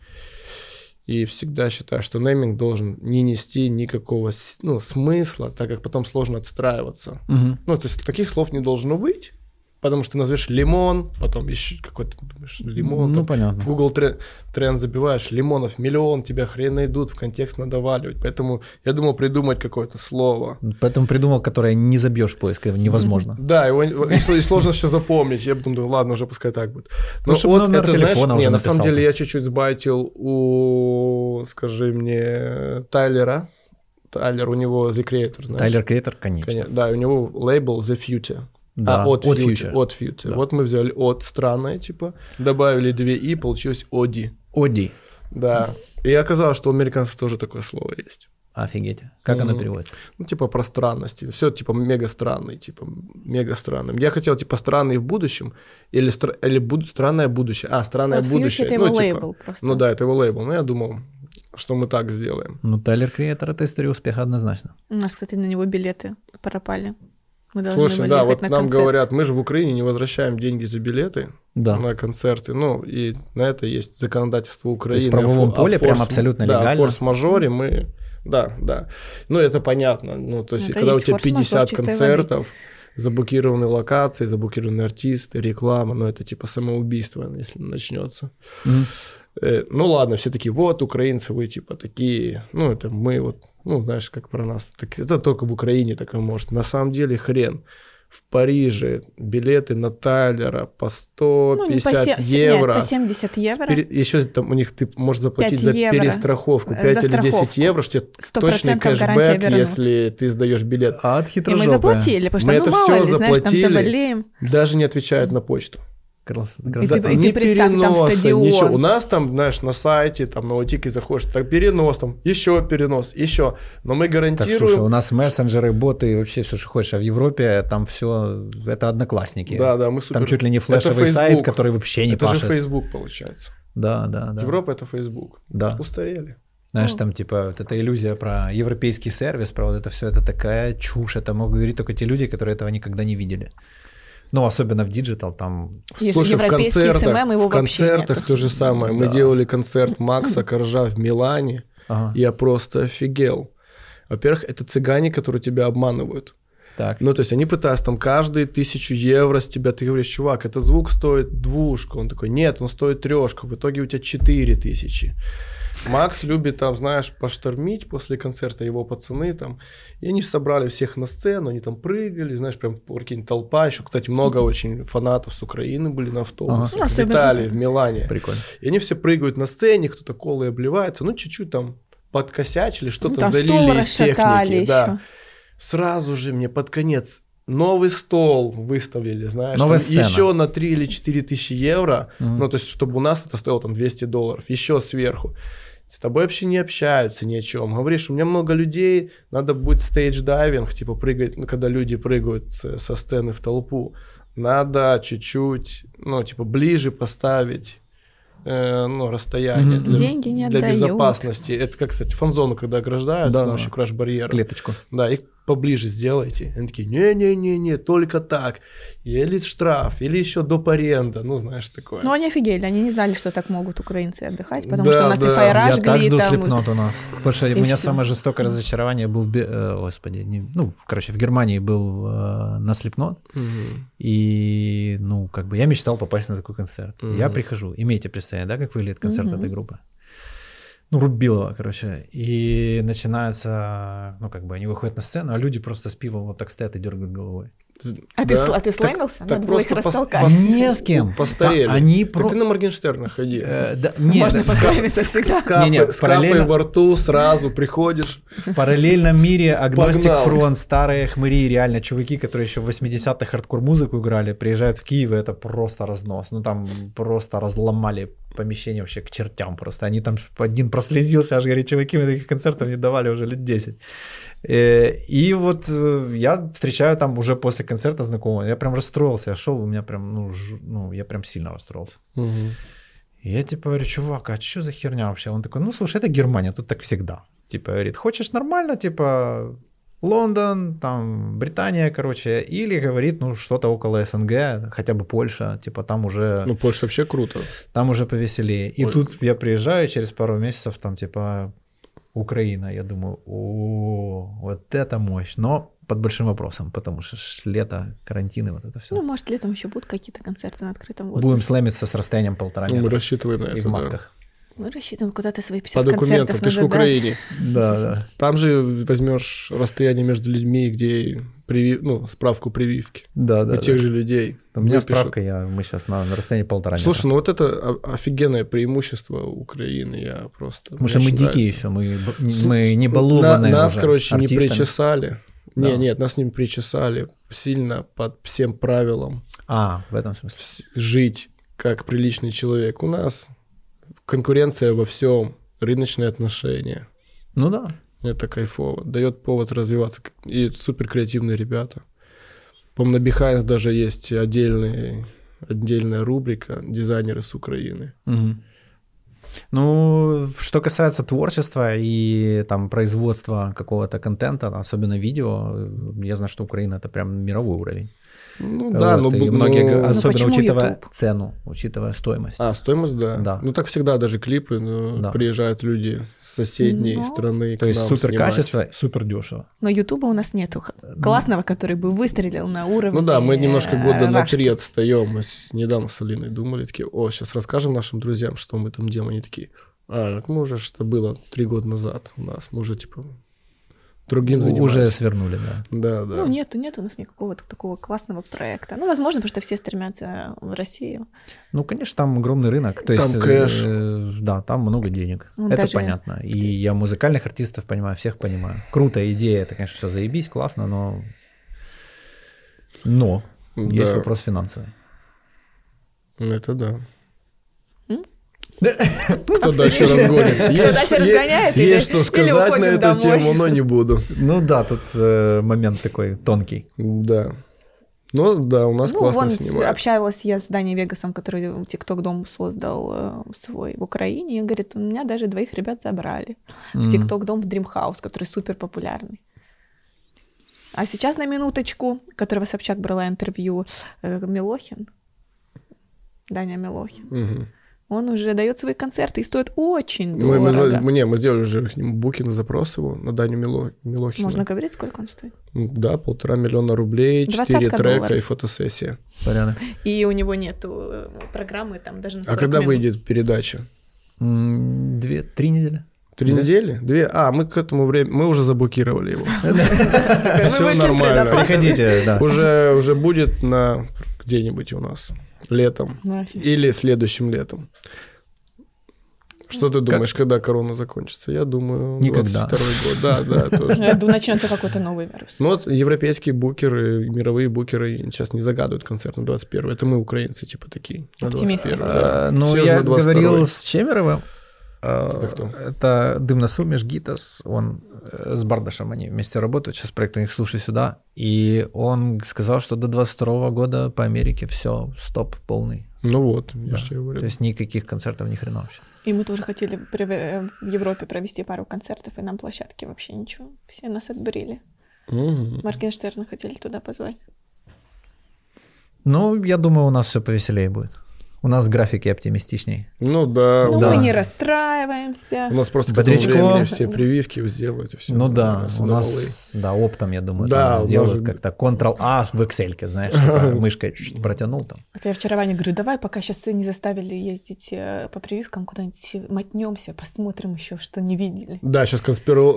И всегда считаю, что нейминг должен не нести никакого с- ну, смысла, так как потом сложно отстраиваться. Мгм. Ну, то есть таких слов не должно быть, потому что ты назовешь лимон, потом еще какой-то, думаешь, лимон. Ну, там понятно. в Google трен- тренд забиваешь, лимонов миллион, тебя хрен найдут, в контекст надо валивать. Поэтому я думал придумать какое-то слово. Поэтому придумал, которое не забьешь в поиск, невозможно. Да, его, и сло- и сложно еще запомнить. Я потом думаю, ладно, уже пускай так будет. Ну, чтобы номер телефона уже не, на самом написал деле я там. чуть-чуть сбайтил у, скажи мне, Тайлера. Тайлер, у него The Creator, знаешь? Тайлер Крейтер, конечно. Конечно, Да, и у него лейбл The Future. Да, а, от, от Future. Future. От Future. Да. Вот мы взяли от странное, типа, добавили две и, получилось оди. Оди. Да. И оказалось, что у американцев тоже такое слово есть. Офигеть. Как оно Мгм. переводится? Ну, типа про странности. Все типа мега странный, типа мега странным. Я хотел типа странный в будущем или, стра- или буд- странное будущее. А, странное Вот Future будущее. это его ну, типа- лейбл просто. ну да, это его лейбл. Но я думал, что мы так сделаем. Ну, Тайлер Крейтер — это история успеха однозначно. У нас, кстати, на него билеты пропали. Мы должны Слушай, были да, ехать вот на нам концерт. говорят, мы же в Украине не возвращаем деньги за билеты Да. на концерты. Ну, и на это есть законодательство Украины. в правовом о фо- о поле прям форс- абсолютно да, о легально. форс-мажоре мы... Да, да. Ну, это понятно. Ну, то есть, Это когда у есть тебя форс-мажор 50 чистой воды. концертов, заблокированные локации, заблокированные артисты, реклама, но это типа самоубийство, если начнется. Мгм. Э, ну ладно, все такие, вот, украинцы, вы типа такие, ну это мы вот, ну знаешь, как про нас, так это только в Украине такое может. На самом деле хрен. В Париже билеты на Тайлера по 150 Ну, се- евро. Нет, по 70 евро. Еще там у них ты можешь заплатить 5 за евро. перестраховку Э, 5 за или 10 страховку. евро, что тебе 100% точный гарантия кэшбэк, вернут. если ты сдаешь билет. А И от мы хитрожопая. заплатили, потому что, Мы ну, это мало всё ли, знаешь, там заплатили. заболеем. Даже не отвечают на почту. Крас- И красота. ты- Типа, и ты представь, там стадион. ничего. У нас там, знаешь, на сайте, там на утике заходишь, так перенос, там еще перенос, еще. Но мы Так, гарантируем... слушай, у нас мессенджеры, боты, и вообще все, что хочешь, а в Европе там все, это одноклассники. да, да, мы супер. Там чуть ли не Это флешевый сайт, Facebook. который вообще не Это же пашет. Facebook получается. Да, да, да. Европа это Facebook. Да. Устарели. Знаешь, Ну. там типа вот эта иллюзия про европейский сервис, про вот это все, это такая чушь. Это могут говорить только те люди, которые этого никогда не видели. Ну, особенно в диджитал там... Если Слушай, в европейский концертах, SMM, его в вообще Ну, концертах нету. то же самое. Мы Да. делали концерт Макса Коржа в Милане. Ага, Я просто офигел. Во-первых, это цыгане, которые тебя обманывают. так. Ну, то есть они пытаются там каждые тысячу евро с тебя, ты говоришь, чувак, это звук стоит двушку. Он такой, нет, он стоит трешку. В итоге у тебя четыре тысячи. Макс любит там, знаешь, поштормить после концерта его пацаны там. И они собрали всех на сцену, они там прыгали, знаешь, прям прикинь, толпа. Еще, кстати, много очень фанатов с Украины были на автобусах. Ну, особенно- Летали в Милане. Прикольно. И они все прыгают на сцене, кто-то колой обливается, ну чуть-чуть там подкосячили, Ну, что-то там стол залили из расшатали техники. еще. Да. Сразу же мне под конец новый стол выставили, знаешь, Новая сцена. еще на 3 или 4 тысячи евро, Мгм. ну то есть чтобы у нас это стоило там 200 долларов, еще сверху. С тобой вообще не общаются ни о чем. Говоришь, у меня много людей, надо будет стейдж-дайвинг, типа прыгать, ну, когда люди прыгают с- со сцены в толпу надо чуть-чуть, ну, типа, ближе поставить э, ну, расстояние Мгм. для, Деньги не для отдают. безопасности. Это как, кстати, фан-зону, когда ограждают Да, да, да. вообще краш-барьер. Клеточку. Да, их поближе сделайте. Они такие, не-не-не-не, только так. Или штраф, или еще доп. аренда, ну, знаешь, такое. Ну, они офигели, они не знали, что так могут украинцы отдыхать, потому Да, что у нас да. и фаераж Я так жду там... Slipknot у нас. Потому что у И меня всё. самое жестокое разочарование был... в Бе- э, Господи, не- ну, короче, в Германии был э, на Slipknot. Мгм. И, ну, как бы я мечтал попасть на такой концерт. Мгм. Я прихожу, имейте представление, да, как выглядит концерт Мгм. этой группы. Ну, Рубилова, короче. И начинается, ну, как бы они выходят на сцену, а люди просто с пивом вот так стоят и дергают головой. А ты, Да. сл- а ты Так- слэмился? так Надо было их просто пос- растолкать. пос- Не с кем. Постарели. Да, они Так про- ты на Моргенштерна ходи. Э, да, не, Можно да, послэмиться всегда. С капой- не-не, с капой параллельно- во рту сразу приходишь. в параллельном мире Агностик Погнал. Фронт, старые хмыри, реально чуваки, которые еще в 80-х хардкор-музыку играли, приезжают в Киев, и это просто разнос. Ну, там просто разломали помещение вообще к чертям просто. Они там, один прослезился, аж говорит, чуваки, мы таких концертов не давали уже лет 10. Э, И вот э, я встречаю там уже после концерта знакомого. Я прям расстроился. Я шел, у меня прям, ну, ж- ну, я прям сильно расстроился. И я типа говорю, чувак, а что за херня вообще? Он такой, ну слушай, это Германия, тут так всегда. Типа говорит, хочешь нормально, типа Лондон, там Британия, короче, или говорит, ну что-то около СНГ, хотя бы Польша, типа там уже, Ну, Польша вообще круто. там уже повеселее. И Ой. тут я приезжаю через пару месяцев, там типа Украина, я думаю, о, вот это мощь, но под большим вопросом, потому что ж лето, карантины, вот это все. Ну, может, летом еще будут какие-то концерты на открытом воздухе. Будем слэмиться с расстоянием полтора Ну, мы метра рассчитываем на это. и в да. масках. Мы рассчитываем куда-то свои 50 По документам, концертов ты же в надо дать. Украине. Да, да. Там же возьмешь расстояние между людьми, где приви- ну, справку прививки Да, да. у да. тех же людей. У меня Выпишут. справка, я, мы сейчас на, на расстоянии полтора метра. Слушай, ну вот это о- офигенное преимущество Украины, я просто... Потому что мне мы очень дикие нравится. еще, мы, б- С- мы не с- балованные на- Нас, уже короче, не артистами. причесали. Да. Не, нет, нас не причесали сильно под всем правилам А, в этом смысле. вс- жить как приличный человек. У нас конкуренция во всем, рыночные отношения. Ну да. Это кайфово. Дает повод развиваться. И супер креативные ребята. По-моему, на Behance даже есть отдельный, отдельная рубрика «Дизайнеры с Украины». Мгм. Ну, что касается творчества и там производства какого-то контента, особенно видео, э, я знаю, что Украина это прям мировой уровень. Ну да, Вот, но... и б- многие, но- г- особенно почему учитывая YouTube? цену, учитывая стоимость. А, стоимость, да. Да. Ну так всегда даже клипы, ну, Да. приезжают люди с соседней Но- страны. к То есть нам супер снимать. качество, супер дешево. Но Ютуба у нас нету х- классного, который бы выстрелил на уровне. Ну да, мы немножко года на Рашки. три отстаем. Мы с- недавно с Алиной думали, такие, о, сейчас расскажем нашим друзьям, что мы там делаем. Они такие, а, так мы уже, что было три года назад у нас, мы уже, типа, другим У- занимаемся. Уже свернули, да. Да, да. Ну, нету, нет у нас никакого так- такого классного проекта. Ну, возможно, потому что все стремятся в Россию. Ну, конечно, там огромный рынок. То Там есть, э, кэш. э, да, там много денег. Ну, это даже- понятно. И я музыкальных артистов понимаю, всех понимаю. Круто, идея, это, конечно, все заебись, классно, но... Но есть Да. вопрос финансовый. Ну, Это да. М? Кто дальше разгонит? Есть дальше что- е- разгоняет или- Есть что или сказать на уходим эту домой? тему, но не буду. Ну да, тут э, момент такой тонкий. Да. Ну да, у нас ну, классно вон с- снимают. общалась я с Дани Вегасом, который ТикТок дом создал э, свой в Украине, и говорит, у меня даже двоих ребят забрали в Мгм. ТикТок дом в Dreamhouse, который супер популярный. А сейчас на минуточку, которого Собчак брала интервью, э, Милохин, Даня Милохин, Мгм. он уже дает свои концерты и стоит очень Мы, мы, дорого. за- мы- не, мы сделали же к нему букинг запрос его на Даню Мило, Милохина. Можно говорить, сколько он стоит? Да, полтора миллиона рублей, четыре Двадцатка трека и долларов. фотосессия. Порядок. И у него нету э, программы там даже на А 40 когда минут. выйдет передача? М, Две, три недели. Три Да. недели? Две? А, мы к этому времени... Мы уже заблокировали его. Все вышли нормально. предоплату. Приходите, да. Уже, уже будет на где-нибудь у нас летом. Ну, офигеть. Или следующим летом. Что ты думаешь, когда корона закончится? Я думаю, Никогда. 22 год. Да, да, тоже. Я думаю, начнется какой-то новый вирус. Ну вот европейские букеры, мировые букеры сейчас не загадывают концерт на 21 Это мы, украинцы, типа такие. На Оптимисты. 21 Э, Ну, Все же я на 22-й. говорил с Чемеровым. Э, Это кто? Это Дымносумеш, Гитас, он э, с Бардашем, они вместе работают, сейчас проект у них «Слушай сюда», и он сказал, что до 22 года по Америке все, стоп полный. Ну вот, я Да. же тебе говорю. То есть никаких концертов ни хрена вообще. И мы тоже хотели при- э, в Европе провести пару концертов, и нам площадки вообще ничего. Все нас отбрили. Мгм. Моргенштерна хотели туда позвать. Ну, я думаю, у нас все повеселее будет. У нас графики оптимистичней. Ну да, Ну, у да. мы нас- не расстраиваемся. у нас просто к этому Бодрячков. времени все прививки сделают и все. ну да, у нас, да, оптом, я думаю, Да, там у нас сделают же- как-то Ctrl-A в Excel, знаешь, типа мышкой чуть протянул там. Вот я вчера Ване говорю, давай, пока сейчас не заставили ездить э, по прививкам, куда-нибудь э, мотнемся, посмотрим еще, что не видели. Да, сейчас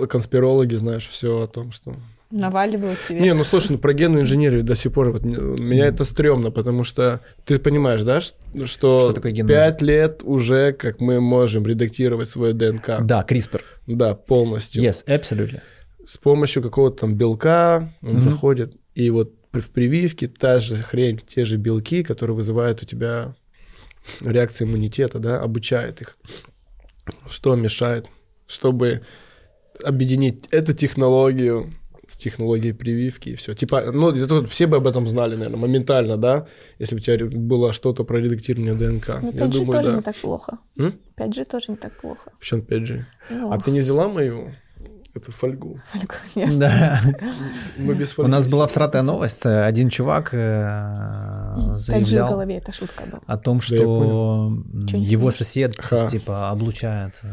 конспирологи, знаешь, все о том, что... Наваливают тебе. Не, ну слушай, ну про генную инженерию до сих пор вот не- меня это стрёмно, потому что ты понимаешь, да, ш- что, Что такое генная пять лет уже как мы можем редактировать свое ДНК. Да, CRISPR. Да, полностью. Yes, absolutely. С помощью какого-то там белка он Мгм. заходит, и вот при- в прививке та же хрень, те же белки, которые вызывают у тебя реакции иммунитета, да, обучает их. Что мешает, чтобы объединить эту технологию с технологией прививки и все. Типа, ну, это вот все бы об этом знали, наверное, моментально, да, если бы у тебя ре- было что-то про редактирование ДНК. Ну, Я 5G думаю, тоже да. не так плохо. М? 5G тоже не так плохо. Причем 5G. Ну, А ты не взяла мою эту фольгу? только нет. Да. Мы без У фольги. нас была всратая новость. э, Один чувак э, Так же в заявлял голове эта шутка была. о том, я что м, Чё не его понимаешь? сосед Ха. типа облучает э,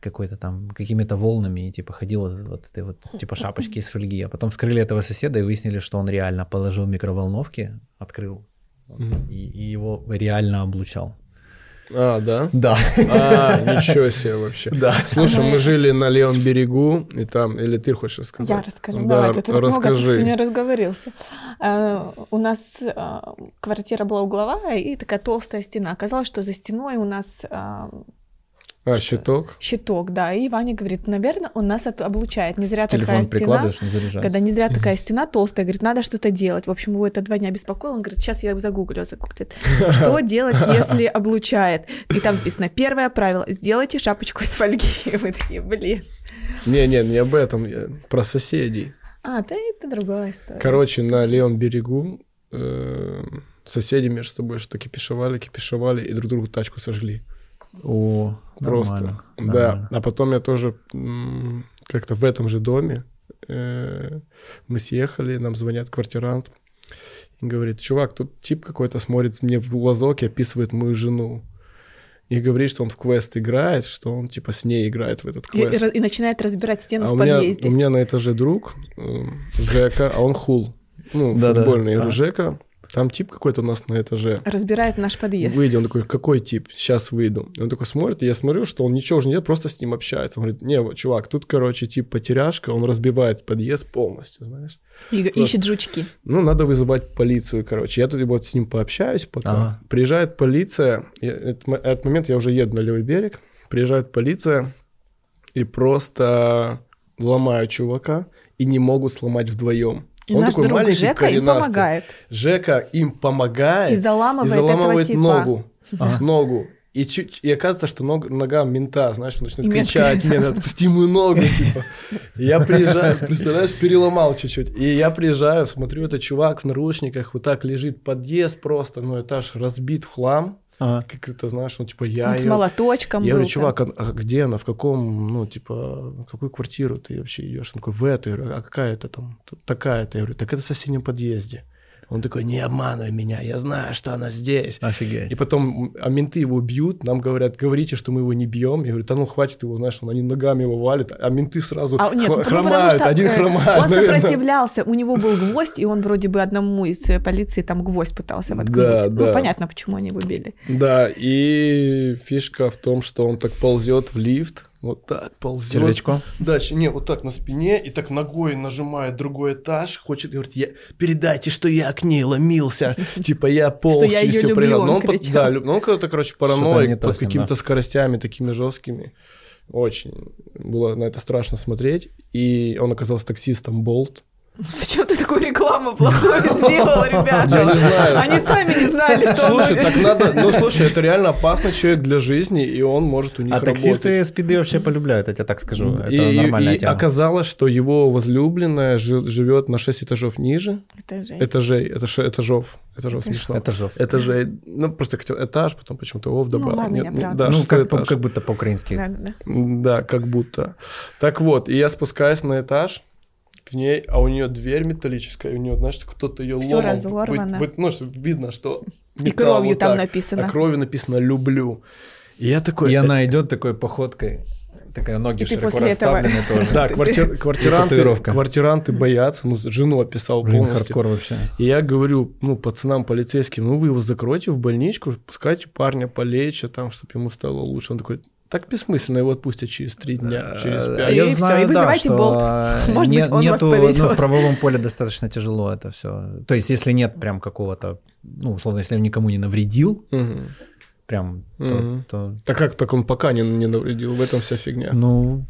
какой-то там какими-то волнами и типа ходил вот, вот этой вот типа шапочки из фольги, а потом вскрыли этого соседа и выяснили, что он реально положил микроволновки, открыл Мгм. и, и его реально облучал. А, да? Да. А, ничего себе вообще. Да. Слушай, мы жили на левом берегу, и там, или ты хочешь рассказать? Я расскажу. Да, Давай, ты тут много ты расскажи. сегодня разговорился. А, У нас а, квартира была угловая и такая толстая стена. Оказалось, что за стеной у нас а, А, щиток? щиток, да. И Ваня говорит, наверное, он нас от- облучает. Не зря такая Телефон стена. прикладываешь, не заряжается. Когда не зря такая стена толстая, говорит, надо что-то делать. В общем, его это два дня беспокоило. Он говорит, сейчас я загуглю, загуглит. Что делать, если облучает? И там написано, первое правило, сделайте шапочку из фольги. И мы такие, блин. Не, не, не об этом, я про соседей. А, да это другая история. Короче, на левом берегу э, соседи между собой что кипишевали, кипишевали и друг другу тачку сожгли. О, Просто. нормально, Да. нормально. А потом я тоже м, как-то в этом же доме э, мы съехали, нам звонят квартирант Говорит, чувак, тут тип какой-то смотрит мне в глазок и описывает мою жену. И говорит, что он в квест играет, что он типа с ней играет в этот И, и квест. ра- и начинает разбирать стену а в у меня, подъезде. у меня на этаже друг, э, Жека, а он хул. Ну, Да-да. футбольный. Я говорю, А. Жека, там тип какой-то у нас на этаже. Разбирает наш подъезд. Выйди, он такой, какой тип? Сейчас выйду. И он такой смотрит, и я смотрю, что он ничего уже не делает, просто с ним общается. Он говорит, не, вот, чувак, тут, короче, тип потеряшка, он разбивает подъезд полностью, знаешь. И- Класс. ищет жучки. Ну, надо вызывать полицию, короче. Я тут вот с ним пообщаюсь пока. Ага. Приезжает полиция, и этот, м- этот момент я уже еду на левый берег, приезжает полиция и просто ломают чувака, и не могут сломать вдвоем. И наш друг Жека им помогает. Жека им помогает И заламывает, и заламывает этого типа. ногу. Ага. Ногу. И, чуть, и оказывается, что ног- нога мента, знаешь, он начинает И мент кричать, кричит. мент, отпусти мою ногу, типа. Я приезжаю, представляешь, переломал чуть-чуть. И я приезжаю, смотрю, этот чувак в наручниках вот так лежит, подъезд просто, ну, этаж разбит в хлам. Ага. Как это, знаешь, ну, типа, Он я с её- молоточком я был говорю, там. чувак, а, а где она, в каком, ну, типа, в какую квартиру ты вообще идешь? Он такой, в эту. Я говорю, а какая это там? Тут Такая-то. Я говорю, так это в соседнем подъезде. Он такой, не обманывай меня, я знаю, что она здесь. И Офигеть. потом, м, а менты его бьют, нам говорят, говорите, что мы его не бьем. Я говорю, да ну хватит его, знаешь, он- они ногами его валят, а менты сразу А, нет, хла- ну, потому хромают, что, один э, хромает. Он наверное. сопротивлялся, у него был гвоздь, и он вроде бы одному из э, полиции там гвоздь пытался воткнуть. Да, да. Ну, понятно, почему они его били. Да, и фишка в том, что он так ползет в лифт, вот так ползет. Червячком? Да, ч- не, вот так на спине, и так ногой нажимает другой этаж, хочет, говорит, я, передайте, что я к ней ломился, типа я полз я через её всё люблю, проиграл. он Но он, под- кричал. да, люб- ну, он когда-то, короче, не параноик то под с ним, какими-то скоростями такими жесткими. Очень было на это страшно смотреть. И он оказался таксистом Болт. Зачем ты такую рекламу плохую сделал, Я не ребята? знаю. Они сами не знали, что оно- Слушай, так надо... Ну, слушай, это реально опасный человек для жизни, и он может у них А таксисты работать. спиды вообще полюбляют, я тебе так скажу. Это И- и, нормальная и тема. оказалось, что его возлюбленная жи- живет на 6 этажов ниже. Это же- Этажей, это ше- этажов. Этажов смешно. Это жов. Этажей. Ну, просто хотел этаж, потом почему-то его добавил. ладно, я правда. да, ну, шестой как, по- этаж. как будто по-украински. Да, да, да. Да, как будто. Так вот, и я спускаюсь на этаж к ней, а у нее дверь металлическая, и у нее, знаешь, кто-то ее Всё ломал. разорвано. Вы- вы- ну, что видно, что И металл кровью вот там так, написано. А кровью написано «люблю». И я такой... И э, она идет такой походкой, такая ноги И ты широко после этого- расставлены тоже. Да, квартир- квартиранты, татуировка. квартиранты боятся. Ну, жену описал Блин, полностью. хардкор вообще. И я говорю, ну, пацанам полицейским, ну, вы его закройте в больничку, пускайте парня полечат там, чтобы ему стало лучше. Он такой, так бессмысленно, его отпустят через три дня, через Э, пять. И Я всё, знаю, и да, вызывайте что э, болт. Может не- быть, он вас нету- повезёт. ну, в правовом поле достаточно тяжело это все. То есть, если нет прям какого-то, ну, условно, если он никому не навредил, Мгм. прям, то- Мгм. то, Так как так он пока не, не навредил, в этом вся фигня. ну,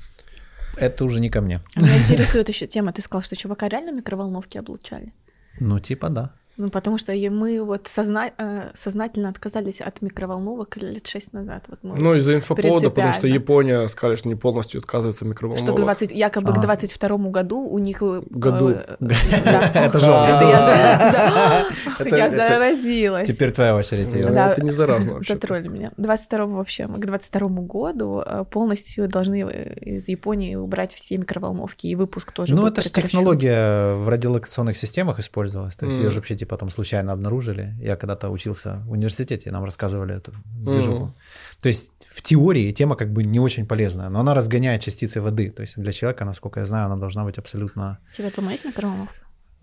это уже не ко мне. Меня интересует еще тема. Ты сказал, что чувака реально микроволновки облучали? Ну, типа, да. Ну, потому что и мы вот созна- э, сознательно отказались от микроволновок лет шесть назад. Вот мы- Ну, из-за инфоповода, потому что Принципиально. Япония, скажешь, не полностью отказывается от микроволновок. что к 20, якобы А. к 22 году у них... э, Году. э, да. Это Ох, жалко. это я за- Это- за- Я это- заразилась. Теперь твоя очередь. Ира. Ну, Да. Это не заразно вообще. Затролли меня. 22 вообще, мы к 22 году э, полностью должны э, из Японии убрать все микроволновки, и выпуск тоже Ну, будет это же прекращен. технология в радиолокационных системах использовалась. То есть ее Мгм. же вообще типа там случайно обнаружили. Я когда-то учился в университете, нам рассказывали эту движуху. Мгм. То есть в теории тема как бы не очень полезная, но она разгоняет частицы воды. То есть для человека, насколько я знаю, она должна быть абсолютно... У тебя дома есть микроволновка?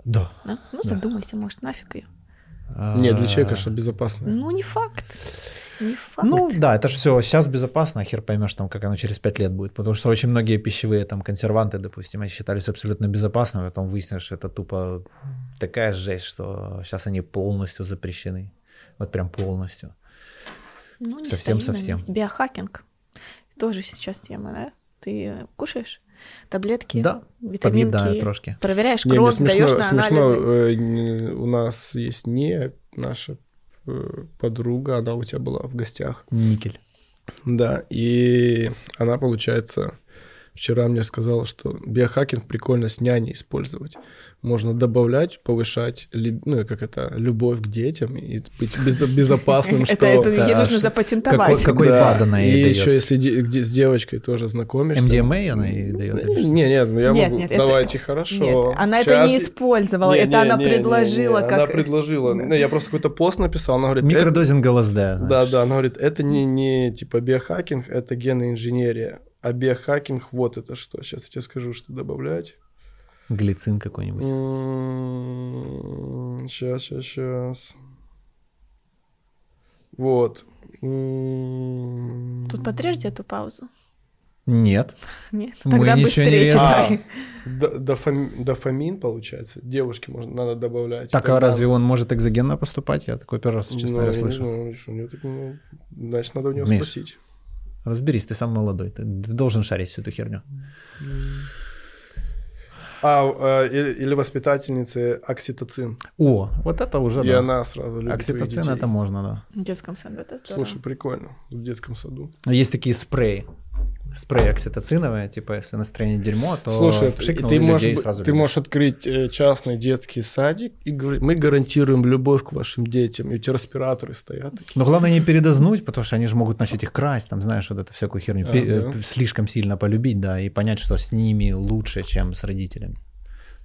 Да. Да? Ну, Да. задумайся, может, нафиг ее. Нет, А. для человека же безопасно. Ну, не факт. Не факт. Ну да, это же все сейчас безопасно, а хер поймешь там, как оно через 5 лет будет. Потому что очень многие пищевые там консерванты, допустим, они считались абсолютно безопасными, а потом выяснилось, что это тупо такая жесть, что сейчас они полностью запрещены. Вот прям полностью. Ну, не Совсем- стоим на совсем. месте. Биохакинг. Тоже сейчас тема, да? Ты э, кушаешь таблетки, Да, витаминки, Подъедаю трошки. проверяешь Не, мне кровь, смешно, сдаешь на смешно, анализы. э, не- у нас есть не наша э, подруга, она у тебя была в гостях. Никель. Да, и она, получается, Вчера мне сказала, что биохакинг прикольно с няней использовать. Можно добавлять, повышать, ли- ну, как это, любовь к детям и быть без- безопасным, что... Это, это ей Да, нужно что- запатентовать. какой- БАД она ей И даёт? еще если де- где- с девочкой тоже знакомишься... MDMA А она и дает? или что? ну, Не, нет, ну я Нет, могу. нет, это- Давайте хорошо. Нет, она это Щас- не использовала, Не, это не, она не, не, не, предложила как... Она предложила. Ну, я просто какой-то пост написал, она говорит... «Это- Микродозинг ЛСД. Да, знаешь. да, она говорит, это не, не типа биохакинг, это генная инженерия. А биохакинг вот это что. Сейчас я тебе скажу, что добавлять. Глицин какой-нибудь. Сейчас, сейчас, сейчас. Вот. М-м-м. М. Тут подрежьте эту паузу. Ну, Нет. Нет, Мы тогда ничего не быстрее режем. читай. Д- дофам- Дофамин, получается, девушке можно, надо добавлять. Так, а Тогда- разве он может экзогенно поступать? Я такой первый раз, Ну, честно я говоря, не слышу. знаю, что у неё так, ну, значит, надо у него Миш. спросить. Разберись, ты самый молодой. Ты ты должен шарить всю эту херню. А, э, или, или воспитательницы окситоцин. О, вот это уже, и да. она сразу любит своих Окситоцин детей. это можно, да. В детском саду, это здорово. Слушай, прикольно. В детском саду. Есть такие спреи. Спрей окситоциновые, типа, если настроение дерьмо, то Слушай, ты, пшикнул, ты и людей можешь, бы- сразу ты любишь. можешь открыть э, частный детский садик и говорить, мы гарантируем любовь к вашим детям. И у тебя респираторы стоят. Но главное не передознуть, потому что они же могут начать их красть, там, знаешь, вот эту всякую херню. А, Пе- э, да. п- Слишком сильно полюбить, да, и понять, что с ними лучше, чем с родителями.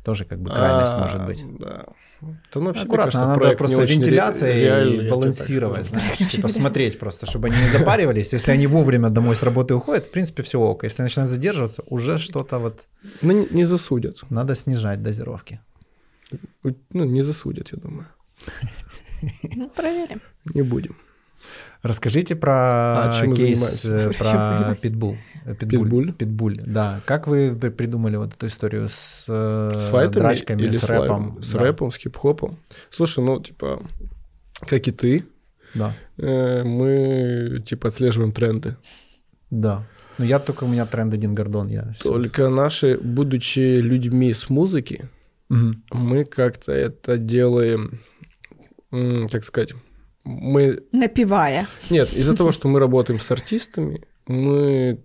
Тоже как бы крайность А, может быть. Да. Да, ну, вообще, мне кажется, Аккуратно, надо проект не просто очень ре- вентиляция реальный, я тебе и так балансировать, скажу. знаешь, типа смотреть просто, чтобы они не запаривались. Если они вовремя домой с работы уходят, в принципе, все ок. Если начинают задерживаться, уже что-то вот Ну, не- не засудят. надо снижать дозировки. У- Ну, не засудят, я думаю. Ну, проверим. Не будем. Расскажите А, про чем мы кейс занимаемся? Чем э, про занимаемся? питбул. Э, Питбуль? Питбуль, да. Как вы при- придумали вот эту историю с, э, С файтами драчками, или с рэпом? С Да, рэпом, с хип-хопом. Слушай, ну, типа, как и ты, Да, э, мы, типа, отслеживаем тренды. да. Ну я только, у меня тренд один гордон. Я всё. Только наши, будучи людьми с музыки, Мгм. мы как-то это делаем, м, как сказать, мы... Напивая. Нет, из-за того, что мы работаем с артистами, мы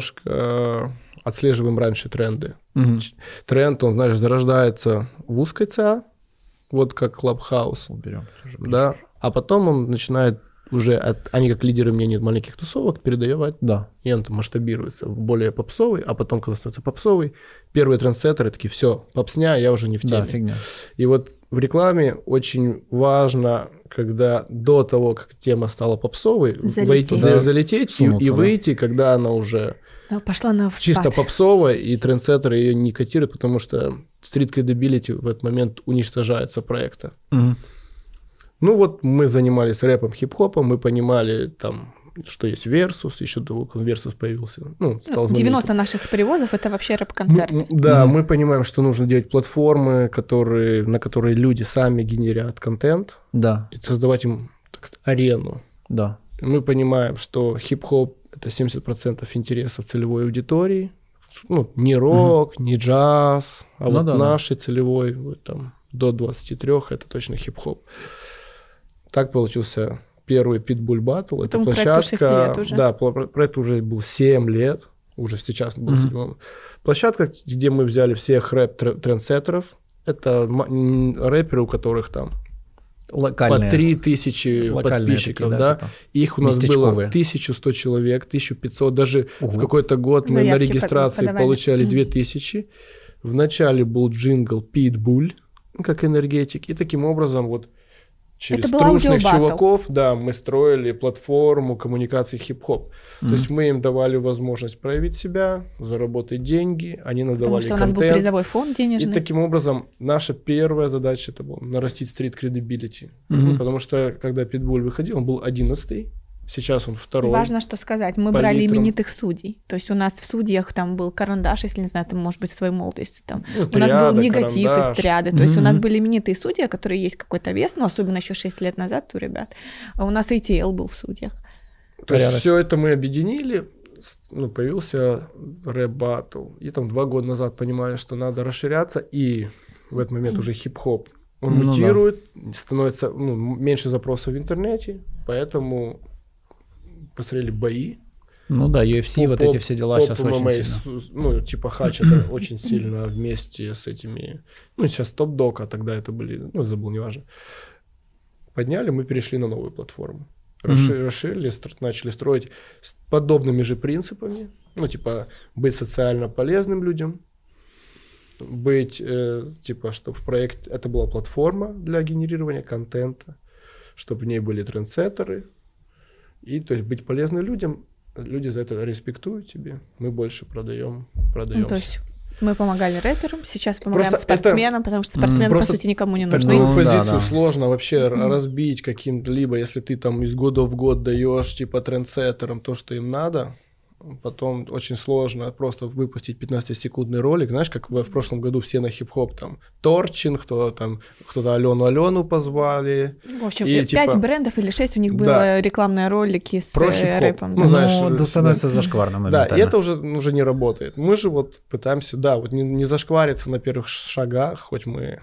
немножко отслеживаем раньше тренды. Мгм. Тренд, он, знаешь, зарождается в узкой ЦА, вот как Клабхаус. Уберем. да, а потом он начинает уже, от, они как лидеры мнений маленьких тусовок, передавать, Да. и он там масштабируется в более попсовый, а потом, когда становится попсовый, первые трендсеттеры такие, все, попсня, я уже не в Да, теме. фигня. и вот в рекламе очень важно, когда до того, как тема стала попсовой, Залететь. войти, Да. залететь и- Сунуться, и, да. выйти, когда она уже Ну, Пошла на спад. чисто попсовая, и трендсеттеры ее не котируют, потому что стрит кредибилити в этот момент уничтожается проекта. Мгм. Ну вот мы занимались рэпом, хип-хопом, мы понимали там, что есть Версус, еще до того, как он Версус появился. Ну, Ну, стал знаменитым. Ну, 90 наших привозов это вообще Мы- рэп-концерты. м, да, Мгм. мы понимаем, что нужно делать платформы, которые, на которые люди сами генерят контент Да, и создавать им так сказать, арену. да. Мы понимаем, что хип-хоп – это 70% интересов целевой аудитории. Ну, не рок, не джаз, а Ну вот да, да. нашей целевой, вот там, до 23 – это точно хип-хоп. Так получился первый Pitbull Battle. Это Этому проекту площадка... 6 лет уже. Да, пла- проекту уже был 7 лет, уже сейчас был Мгм. седьмом. Площадка, где мы взяли всех рэп-трендсеттеров. Это ма- м, рэперы, у которых там по Локальные. 3000 локальные подписчиков, такие, да, типа. их у нас было Местечковые. 1100 человек, 1500, даже Ого. в какой-то год мы на Заявки регистрации подавали. получали Мгм. 2000. В начале был джингл «Питбуль», ну, как энергетик, и таким образом вот через Это был трушных аудиобаттл. чуваков, да, мы строили платформу коммуникации хип-хоп. То Мгм. есть мы им давали возможность проявить себя, заработать деньги, они нам Потому давали что у нас был контент. призовой фонд И денежный. таким образом наша первая задача это была нарастить стрит кредибилити. Мгм. Потому что когда Питбуль выходил, он был одиннадцатый, сейчас он второй. Важно, что сказать. Мы По брали литрам. именитых судей. То есть у нас в судьях там был карандаш, если не знаю, там, может быть, в своей молодости там. Ну, У нас триада, был негатив карандаш. из триады. То есть у нас Мгм. были именитые судьи, которые есть какой-то вес, ну, особенно еще 6 лет назад у ребят. А у нас ATL был в судьях. То есть Порядок. все это мы объединили, с- ну, появился рэп баттл. И там два года назад понимали, что надо расширяться, и в этот момент уже хип-хоп. Он Ну да. мутирует, становится ну, м- меньше запросов в интернете, поэтому посмотрели бои, Ну да, UFC, вот эти все дела поп сейчас ММА, очень сильно. с- Ну, типа хач это очень сильно вместе с этими... Ну, сейчас топ-док, а тогда это были... Ну, забыл, неважно. Подняли, мы перешли на новую платформу. Расши- Расширили, стр- начали строить с подобными же принципами. Ну, типа, быть социально полезным людям, быть, э, типа, чтобы в проект... Это была платформа для генерирования контента, чтобы в ней были трендсеттеры, и то есть быть полезным людям, люди за это респектуют тебе, мы больше продаем, продаем. Ну, то есть мы помогали рэперам, сейчас помогаем Просто это- спортсменам, потому что Мгм, спортсмены, просто по сути, никому не нужны. Такую Ну, да, позицию да. сложно вообще р- разбить каким-либо, если ты там из года в год даешь типа трендсеттерам то, что им надо, потом очень сложно просто выпустить 15-секундный ролик, знаешь, как в в прошлом году все на хип-хоп там Торчин, кто там, кто-то Алену Алену позвали, В общем, И, и пять типа, брендов или шесть у них да. было рекламные ролики с Про э, хип-хоп. рэпом. Ну, да. знаешь, ну, да, э, становится Да, зашкварно и моментально. это уже, уже не работает. Мы же вот пытаемся, да, вот не, не зашквариться на первых шагах, хоть мы,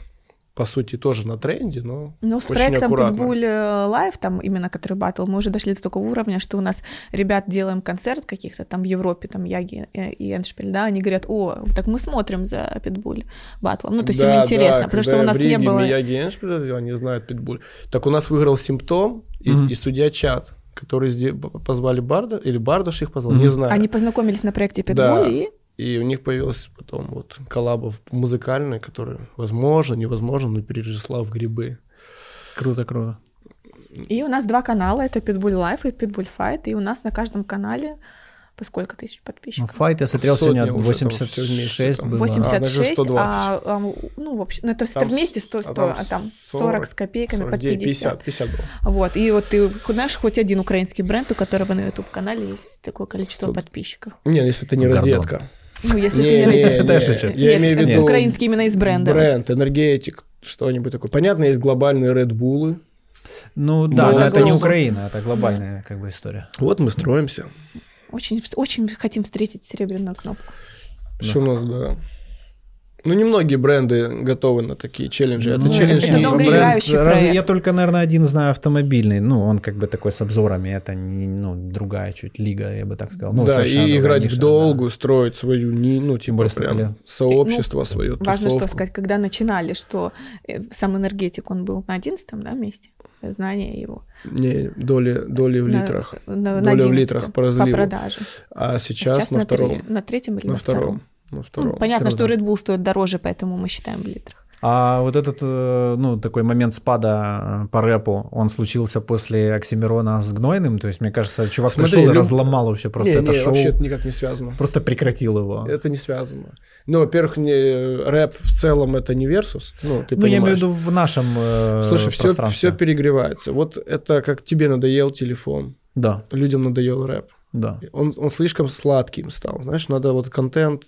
по сути, тоже на тренде, но Ну, с очень проектом аккуратно. Pitbull э, Live, там именно который батл, мы уже дошли до такого уровня, что у нас ребят делаем концерт каких-то там в Европе, там Яги э, и Эншпиль, да, они говорят, о, так мы смотрим за Питбуль батлом. Ну, то есть им Да, интересно, да, потому что когда у нас в Риге не было... Мияги и Эндшпиль развел, они знают Питбуль. Так у нас выиграл Симптом и, Мгм. и судья Чат, который сде- п- позвали Барда, или Бардаш их позвал, Мгм. не знаю. Они познакомились на проекте Питбуль Да. и... И у них появилась потом вот коллаба в- музыкальная, которая, возможно, невозможно, но переросла в грибы. Круто, круто. И у нас два канала, это Pitbull Life и Pitbull Fight, и у нас на каждом канале по сколько тысяч Ну, подписчиков? файт я смотрел Сотня сегодня уже там, всё 86 вместе там. было. 80. 86, А, даже а, а, ну, в общем, ну, это все Там вместе 100, 100, с- а а там там, 40, 40, с копейками, под 49, 50. 50, 50 было. Вот, и вот ты знаешь хоть один украинский бренд, у которого на YouTube-канале есть такое количество Сот- подписчиков. Не, ну, если это не Гордон. розетка. Ну, если Не, ты не не, родился- не, Да, шучу. я Нет, имею в это виду украинский именно из бренда. Бренд, энергетик, что-нибудь такое. Понятно, есть глобальные Red Bull'ы. Ну да, Ну, но это это не классно. Украина, это глобальная как бы история. Вот мы строимся. Очень, очень хотим встретить серебряную кнопку. Что у нас, да. Ну, немногие бренды готовы на такие челленджи. Ну, это челлендж это не долго бренд. играет. долгоиграющий Разве проект. я только, наверное, один знаю автомобильный. Ну, он как бы такой с обзорами. Это не, ну, другая чуть лига, я бы так сказал. Ну, да, совершенно и другая играть ниша, в да. долгу, строить свою ни, ну, Тем тем более более строили. прям сообщество свое, Ну, Важно, что тусовку. сказать, когда начинали, что э, сам энергетик, он был на 11 да, месте, знание его. Не, доли, доли в На- литрах. на- на Доля в 11 литрах по разливу. продаже. А А сейчас, на, на, три- втором, на третьем или на втором. На Ну, втором. понятно, что Трудно. Red Bull стоит дороже, поэтому мы считаем в литрах. А вот этот, э, ну, такой момент спада э, по рэпу, он случился после Оксимирона с Гнойным? То есть, мне кажется, чувак Смотри, пришел и люб- разломал вообще просто не, это не, шоу. вообще это никак не связано. Просто прекратил его. Это не связано. Ну, во-первых, не, рэп в целом это не версус. Ну, ты ну, понимаешь. я имею в виду в нашем э, Слушай, все, пространстве. все перегревается. Вот это как тебе надоел телефон, Да, людям надоел рэп. да. Он, он слишком сладким стал. Знаешь, надо вот контент...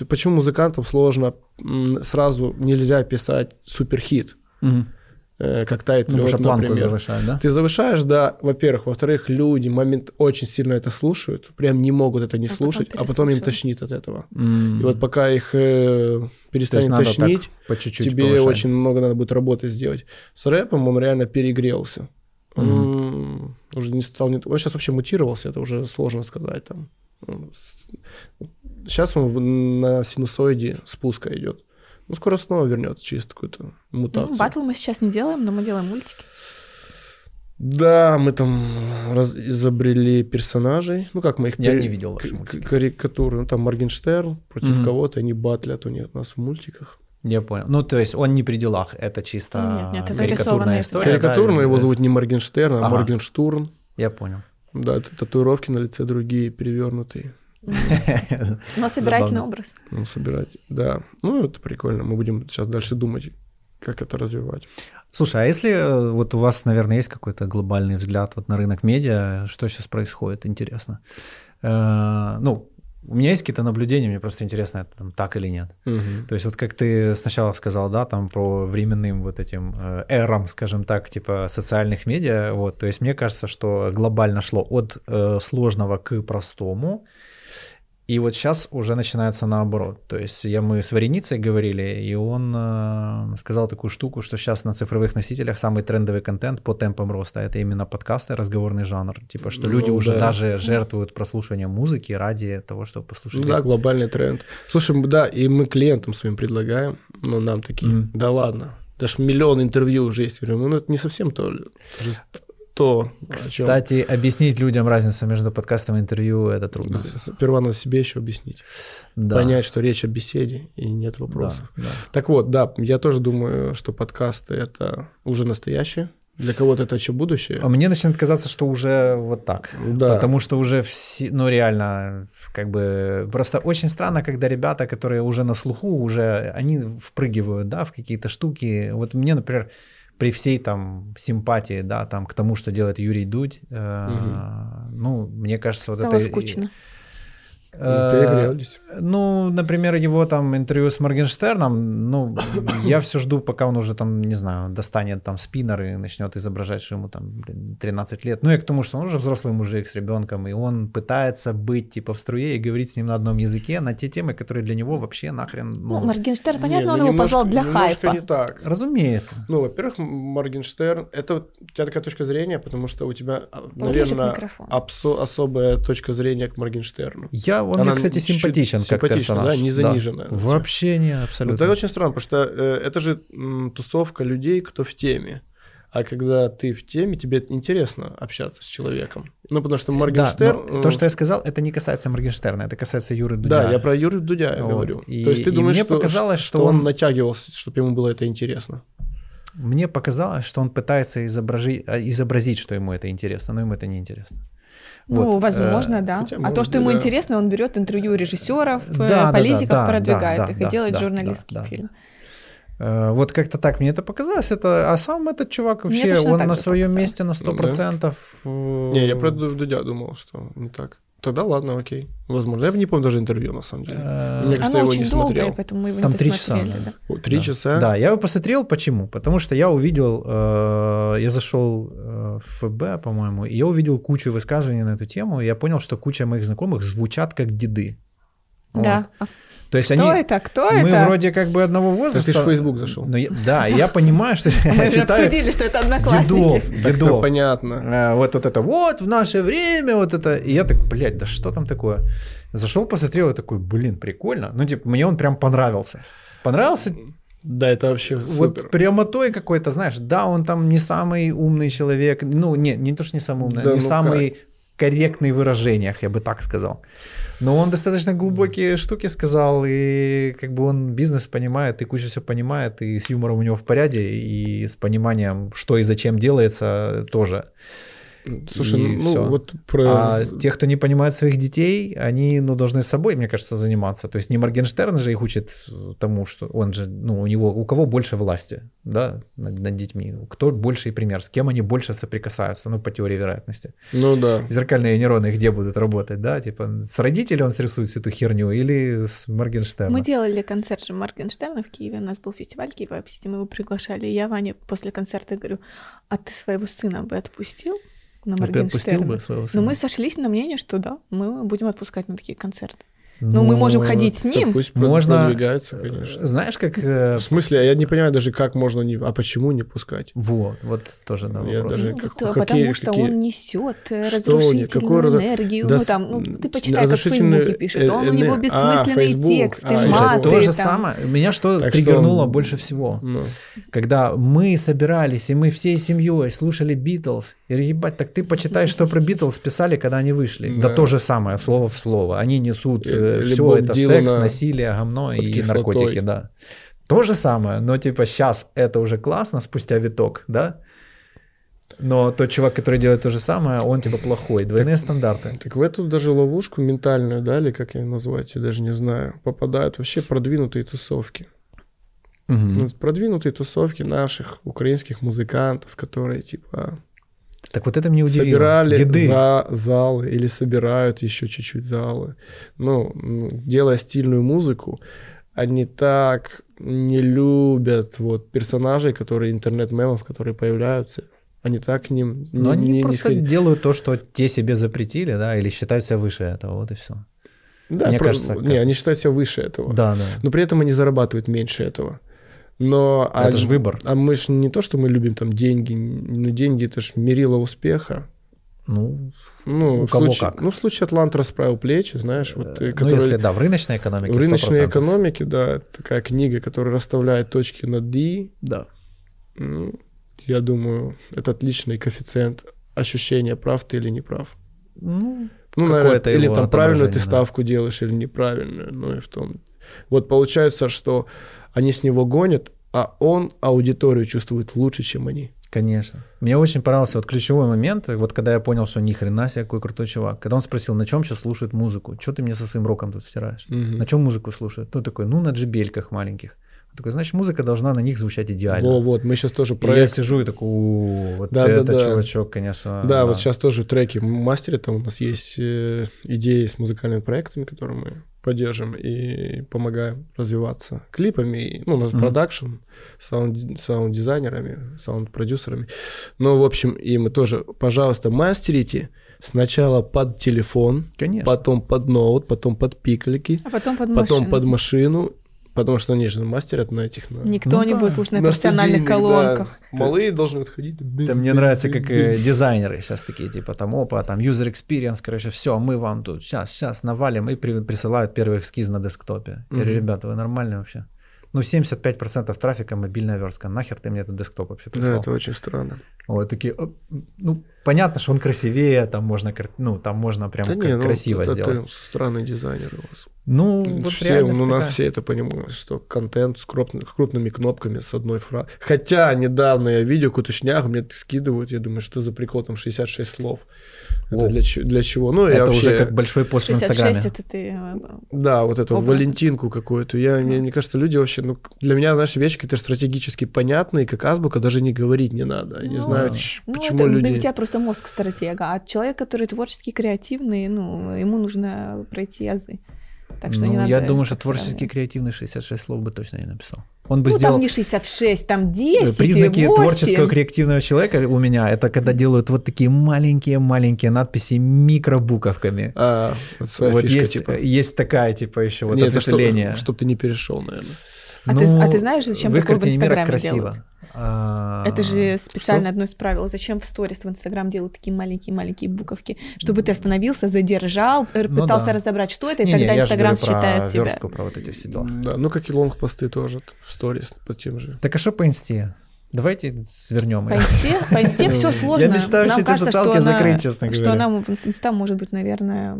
Ты- Почему музыкантам сложно м, сразу нельзя писать суперхит, Мгм. э, как тает Ну, лёд, потому что планку например. завышает, да? Ты завышаешь, да, во-первых. Во-вторых, люди момент очень сильно это слушают, прям не могут это не А потом слушать, а потом им переслушивают. тошнит от этого. М. И вот пока их э, То есть перестанет надо тошнить, так по чуть-чуть тебе повышать. очень много надо будет работы сделать. С рэпом он реально перегрелся. Он уже не стал... не- Он сейчас вообще мутировался, это уже сложно сказать там. Сейчас он в- на синусоиде спуска идет. Ну, скоро снова вернется через какую-то мутацию. Ну, батл мы сейчас не делаем, но мы делаем мультики. Да, мы там раз- изобрели персонажей. Ну, как мы их... Я пере- не видел ваши к- мультики. к- Карикатуры. Ну, там Моргенштерн против Мгм. кого-то, они батлят у них нас в мультиках. Я понял. Ну, то есть он не при делах, это чисто Ну, Нет, нет, это карикатурная рисованные история. такие. Карикатурно да, его да. зовут не Моргенштерн, а Ага. Моргенштурн. Я понял. Да, это татуировки на лице другие, перевернутые. Но собирательный Забавно. образ. Надо собирать. Да. Ну, это прикольно. Мы будем сейчас дальше думать, как это развивать. Слушай, а если э, вот у вас, наверное, есть какой-то глобальный взгляд вот на рынок медиа, что сейчас происходит, интересно? Э, Ну, у меня есть какие-то наблюдения, мне просто интересно, это там так или нет. То есть вот как ты сначала сказал, да, там про временным вот этим э, эрам, скажем так, типа социальных медиа, вот, то есть мне кажется, что глобально шло от э, сложного к простому, И вот сейчас уже начинается наоборот. То есть я, мы с Вареницей говорили, и он э, сказал такую штуку, что сейчас на цифровых носителях самый трендовый контент по темпам роста это именно подкасты, разговорный жанр. Типа, что люди Ну, уже да. даже жертвуют прослушиванием музыки ради того, чтобы послушать. Ну да, глобальный тренд. Слушай, мы- да, и мы клиентам своим предлагаем, но нам такие, Мгм. да ладно, даже миллион интервью уже есть. Я говорю, ну это не совсем то, же то о чём». Кстати, объяснить людям разницу между подкастом и интервью это трудно. Сперва надо себе еще объяснить, Да. понять, что речь о беседе и нет вопросов. Да, да. Так вот, да, я тоже думаю, что подкасты это уже настоящее, для кого-то это еще будущее. А Мне начинает казаться, что уже вот так. Да. Потому что уже все, ну реально, как бы, просто очень странно, когда ребята, которые уже на слуху, уже они впрыгивают, да, в какие-то штуки. Вот мне, например, при всей там симпатии, да, там к тому, что делает Юрий Дудь, э, ну, мне кажется, вот Стало это... скучно. Ну, Э, Перегрелись. ну, например, его там интервью с Моргенштерном, ну, я все жду, пока он уже там, не знаю, достанет там спиннер и начнет изображать, что ему там блин, 13 лет. Ну, и к тому, что он уже взрослый мужик с ребенком, и он пытается быть типа в струе и говорить с ним на одном языке на те темы, которые для него вообще нахрен... Ну, Ну, Моргенштерн, Не, понятно, ну он его немножко- позвал для немножко хайпа. не так. разумеется. Ну, во-первых, М- Моргенштерн, это вот у тебя такая точка зрения, потому что у тебя, а, Поближе к наверное, микрофону. а абсо- особая точка зрения к Моргенштерну. Я, он мне, Она кстати, чуть-чуть симпатичен как симпатична, персонаж. да, не заниженная. Вообще не, Ну, абсолютно. это очень странно, потому что э, это же м, тусовка людей, кто в теме. А когда ты в теме, тебе интересно общаться с человеком. Ну, потому что Моргенштерн... Да, но э, то, что я сказал, это не касается Моргенштерна, это касается Юры Дудя. Да, я про Юрию Дудя Вот. говорю. И- То есть ты и думаешь, мне что, показалось, что что он он- натягивался, чтобы ему было это интересно. Мне показалось, что он пытается изображи- а, изобразить, что ему это интересно, но ему это не интересно. Ну, Вот, возможно, э, да. хотя, а то, может что быть, ему да. интересно, он берет интервью режиссеров, э, Да, да, да, политиков, да, продвигает да, да, их да, и делает да, журналистский да, да. фильм. э, Вот как-то так мне это показалось. Это, а сам этот чувак Мне вообще, точно он так на же своем показалось. месте на 100%. э, Ну Не, я про Ду- Дудя думал, что не так. Тогда ладно, окей. Возможно, я бы не помню даже интервью, на самом деле. э, Мне кажется, Оно его очень не долгое, смотрел. поэтому мы его Там не три часа, досмотрели, да. да. О, Три Э, да. часа? Да, я его посмотрел. Почему? Потому что я увидел, э, я зашел э, в ФБ, по-моему, и я увидел кучу высказываний на эту тему, и я понял, что куча моих знакомых звучат как деды. Вот. Да. А То есть Кто они, это? Кто мы это? вроде как бы одного возраста. ж в Facebook зашел. Но я- да, и я понимаю, что я Мы же читаю обсудили, что это дедов, одноклассники. Так то дедов. понятно. Э, Вот, вот это, вот в наше время, вот это. И я так, блядь, да что там такое? Зашел, посмотрел, и такой, блин, прикольно. Ну, типа, мне он прям понравился. Понравился Да, это вообще супер. вот прямотой какой-то, знаешь, да, он там не самый умный человек, ну, не, не то, что не самый умный, а Да не ну самый корректный в выражениях, я бы так сказал. Но он достаточно глубокие штуки сказал, и как бы он бизнес понимает, и кучу все понимает, и с юмором у него в порядке, и с пониманием, что и зачем делается, тоже. Слушай, и ну всё. вот про... А те, кто не понимает своих детей, они, ну, должны собой, мне кажется, заниматься. То есть не Моргенштерн же их учит э, тому, что он же, ну, у него, у кого больше власти, да, над, над детьми, кто больший пример, с кем они больше соприкасаются, ну, по теории вероятности. Ну да. Зеркальные нейроны где будут работать, да, типа с родителей он срисует всю эту херню или с Моргенштерна? Мы делали концерт же Моргенштерна в Киеве, у нас был фестиваль Киева, Сити, мы его приглашали. И я Ваня после концерта говорю, а ты своего сына бы отпустил на А Ну, ты отпустил Моргенштерна? бы своего Но сына? Ну, мы сошлись на мнение, что да, мы будем отпускать на такие концерты. Но ну, мы можем ходить с Так ним. пусть можно- можно... продвигается, конечно. Ну, Знаешь, как... э, В смысле, а я не понимаю даже, как можно не... А почему не пускать? Вот, вот тоже на Я вопрос. даже Ну, как- это какие- потому что какие- он несет э, Что разрушительную они, какой разру- энергию. Да ну с- там, ну, ты м, почитай, как в разрушительную Фейсбуке пишет. Он у э- него э- а, бессмысленные Фейсбук. тексты, А, Слушай, маты. то же там. самое. Меня что Так что- стригернуло больше всего? Ну, когда мы собирались, и мы всей семьей слушали Битлз, и ебать, так ты почитай, что про Битлз писали, когда они вышли. Да, Да. то же самое, слово в слово. Они несут Э, или все Боб это, Дилана секс, насилие, говно и под кислотой. наркотики, да. То же самое, но типа сейчас это уже классно, спустя виток, да? Но тот чувак, который делает то же самое, он типа плохой. Двойные стандарты. так в эту даже ловушку ментальную, да, или как ее назвать, я даже не знаю, попадают вообще продвинутые тусовки. Мгм. Ну, продвинутые тусовки наших украинских музыкантов, которые типа Так вот это мне удивило. собирали Деды. за залы или собирают еще чуть-чуть залы. Ну, м, делая стильную музыку, они так не любят вот персонажей, которые интернет-мемов, которые появляются. Они так к ним Но ну, не- Ну, они не- не просто сходи- делают то, что те себе запретили, да, или считают себя выше этого, вот и все. Да, Мне про- кажется, не, как- они считают себя выше этого. Да, да. Но при этом они зарабатывают меньше этого. Но а- это же выбор. А мы ж не то, что мы любим там деньги, но деньги это ж мерило успеха. Ну, Ну, У в кого случае, как. ну, в случае Атлант расправил плечи, знаешь, вот, э, э, ну, который- если да, в рыночной экономике. в рыночной 100%. экономике, да, такая книга, которая расставляет точки над «и», Да. ну, я думаю, это отличный коэффициент ощущения, прав ты или не прав. Ну, Ну, Какое-то наверное, или его там правильную ты отображение, да. ставку делаешь, или неправильную. Ну и в том. Вот получается, что они с него гонят, а он аудиторию чувствует лучше, чем они. Конечно. Мне очень понравился вот ключевой момент, вот когда я понял, что ни хрена себе какой крутой чувак. Когда он спросил, на чем сейчас слушает музыку? Что ты мне со своим роком тут втираешь? На чем музыку слушают? Ну такой, ну на джебельках маленьких. Он такой, значит, музыка должна на них звучать идеально. Во, вот, мы сейчас тоже И я проект. сижу и такой, «У, вот Да, да, это да. чувачок, конечно. А, Да, вот сейчас тоже треки мастере там у нас есть э, идеи с музыкальными проектами, которые мы поддержим и помогаем развиваться клипами, и, ну, у нас Мгм. продакшн, саунд, дизайнерами, саунд продюсерами. Ну, в общем, и мы тоже, пожалуйста, мастерите сначала под телефон, Конечно. потом под ноут, потом под пикалики, А потом под потом машину. под машину, потому что они же мастерят на этих на, Никто Ну не да. будет слушать на, на профессиональных студийных, да. колонках. Малые должны отходить. Это мне нравится, как э, дизайнеры сейчас такие, типа там, опа, там user experience, короче, все, мы вам тут сейчас, сейчас навалим и при- присылают первый эскиз на десктопе. Я говорю, Мгм. ребята, вы нормальные вообще? Ну, 75% трафика мобильная верстка, нахер ты мне этот десктоп вообще Да, прислал? это очень странно. Вот такие, «Оп, ну, понятно, что он красивее, там можно, кар- ну, там можно прям Да к- не, ну, красиво это сделать. ты странный дизайнер у вас. Ну, вот все, реальность у нас такая. все это понимают, что контент с, кроп- с крупными кнопками с одной фразой. Хотя недавно я видео какую-то шнягу, мне это скидывают, я думаю, что за прикол, там 66 слов. Это Воу. для, чё- для чего? Ну, я Это вообще... уже как большой пост в 66 Инстаграме. это ты. Ну, э, Да, вот эту Образ. Валентинку какую-то. Я, мне, мне кажется, люди вообще, ну, для меня, знаешь, вещи какие-то стратегически понятные, как азбука, даже не говорить не надо. Я не Ну, знаю, да. ч- Ну, почему это, да люди... у тебя просто мозг стратега, а человек, который творческий, креативный, ну, ему нужно пройти азы. Так что не Ну, надо я думаю, что так творческий сравнивать. креативный 66 слов бы точно не написал. Он бы Ну, сделал... там не 66, там Э, 10, Признаки 8. творческого креативного человека у меня это когда делают вот такие маленькие-маленькие надписи микробуковками. А, вот своя вот фишка, есть, типа... есть такая типа еще вот Ну, Не, это чтоб- ответвление. чтоб ты не перешел, наверное. А ты- а ты знаешь, зачем в их такое в картине мира Инстаграме красиво. делают? А, Это же что? специально одно из правил. Зачем в сторис в Инстаграм делают такие маленькие-маленькие буковки? Чтобы ты остановился, задержал, э, Ну пытался да. разобрать, что это, и Не-не, тогда я же Инстаграм говорю про считает тебя. верстку, про вот эти все дела. Да, ну как и лонг-посты тоже, т- в сторис под тем же. Так а что по инсте? Давайте свернем По ее. инсте, по инсте все сложно. Я мечтаю Нам все эти кажется, что социалки она- закрыть, честно Что говоря. нам в инста может быть, наверное,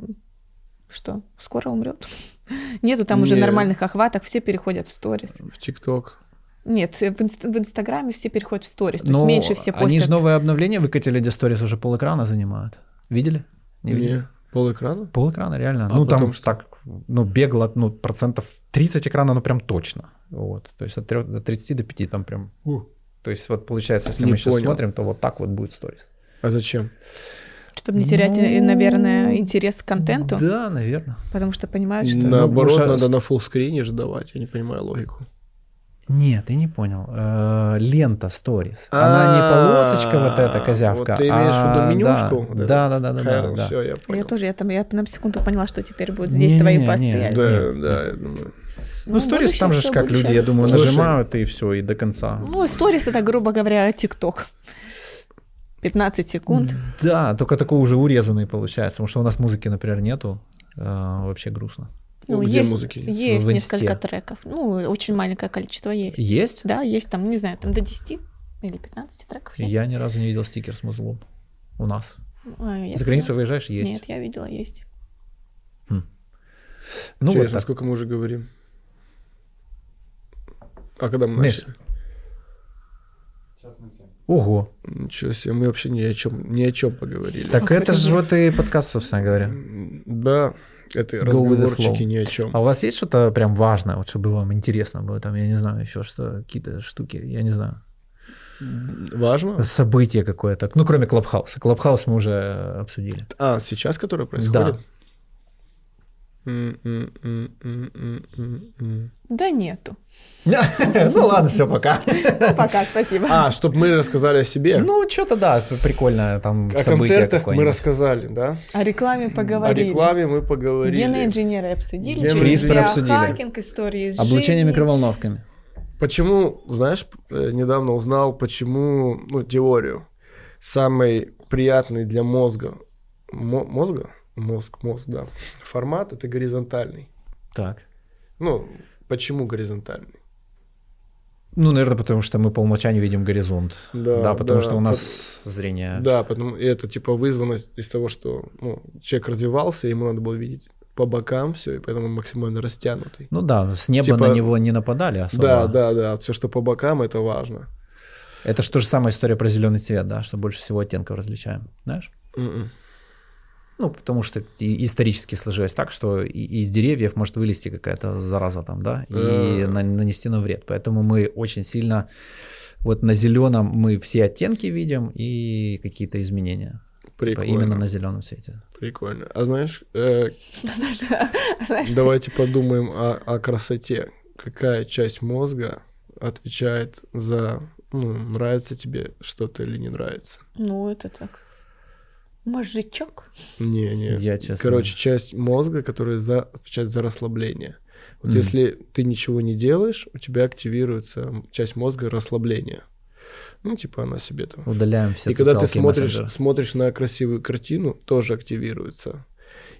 что, скоро умрет? Нету там уже Не. нормальных охваток, все переходят в сторис. В ТикТок. Нет, в, инст- в Инстаграме все переходят в сторис, то Но есть меньше все постят. Ну, они же новое обновление выкатили, где сторис уже полэкрана занимают. Видели? Не видели? Пол экрана? Пол экрана, реально. А ну, потом там что? так, ну, бегло, ну, процентов 30 экрана, ну, прям точно. Вот. То есть от 3 до 30 до 5 там прям. у. То есть вот получается, если Не мы сейчас понял. смотрим, то вот так вот будет сторис. А зачем? Чтобы не терять, э, Ну, наверное, интерес к контенту, Да, наверное. потому что понимают, А что... Да. Наоборот, Ну, потому надо что- на фуллскрине же давать, я не понимаю логику. Нет, ты не понял. Э, Лента сторис. Она не полосочка вот А, эта козявка. вот ты имеешь в виду а, менюшку вот эту? Да, да, да, да, да, Хай, да. Все, я Я понял. тоже, я там, я на секунду поняла, что теперь будут здесь твои Не-не-не, посты. не, а да. Да, Нет. да, я думаю. Ну, Ну, сторис там будущее же ж всё как будущее люди, я думаю, Слушай. нажимают и все, и до конца. Ну, сторис это, грубо говоря, ТикТок. 15 секунд. ну, Да, только такой уже урезанный получается, потому что у нас музыки, например, нету. А, вообще грустно. Ну, где есть, музыки нет? есть В инсте. несколько треков. Ну, очень маленькое количество есть. Есть? Да, есть там, не знаю, там до 10 или 15 треков есть. Я ни разу не видел стикер с музлом у нас. А, я За границу поняла. выезжаешь, есть. Нет, я видела, есть. Ну, вот Интересно, так. сколько мы уже говорим. А когда мы Миш. начали? Ого. Ничего себе, мы вообще ни о чем, ни о чем поговорили. Так А это же как вот и подкаст, собственно говоря. М, Да, это Go with the разговорчики flow. ни о чем. А у вас есть что-то прям важное, вот чтобы вам интересно было, там, я не знаю, еще что, какие-то штуки, я не знаю, Важно? событие какое-то, ну, кроме Клабхауса. Клабхаус мы уже э, обсудили. А, сейчас, которое происходит? М-м-м-м-м-м-м. Да нету. Ну ладно, все, пока. Ну, Пока, спасибо. А, чтобы мы рассказали о себе. Ну, что-то да, прикольно там о событие концертах мы какое-нибудь. рассказали, да? О рекламе О поговорили. рекламе мы поговорили. Гены инженеры обсудили, Гены через инженера обсудили. биохакинг, истории из Облучение жизни. микроволновками. Почему, знаешь, э, недавно узнал, почему, ну, теорию. Самый приятный для мозга, мо- мозга? Мозг, мозг, да. Формат это горизонтальный. Так. Ну, почему горизонтальный? Ну, наверное, потому что мы по умолчанию видим горизонт. Да, Да, потому да. что у нас зрение. Да, потому и это типа вызвано из- из того, что ну, человек развивался, ему надо было видеть по бокам все, и поэтому он максимально растянутый. Ну да, с неба Типа- на него не нападали особо. Да, да, да. Все, что по бокам, это важно. Это же то же самая история про зеленый цвет, да, что больше всего оттенков различаем, знаешь? М-м. Ну, потому что и- исторически сложилось так, что и- из деревьев может вылезти какая-то зараза там, да, и Э. на- нанести нам вред. Поэтому мы очень сильно, вот на зеленом мы все оттенки видим и какие-то изменения. Типа Прикольно. Именно на зеленом цвете. Прикольно. А знаешь, э, а, Знаешь, Давайте подумаем о, о красоте. Какая часть мозга отвечает за ну, нравится тебе что-то или не нравится? Ну, это так. Мозжечок. Не, не. Я честно- Короче, часть мозга, которая за, отвечает за расслабление. Вот Мгм. если ты ничего не делаешь, у тебя активируется часть мозга расслабления. Ну, типа она себе там. Удаляем все И когда ты социалки и смотришь, мессенджеры. смотришь на красивую картину, тоже активируется.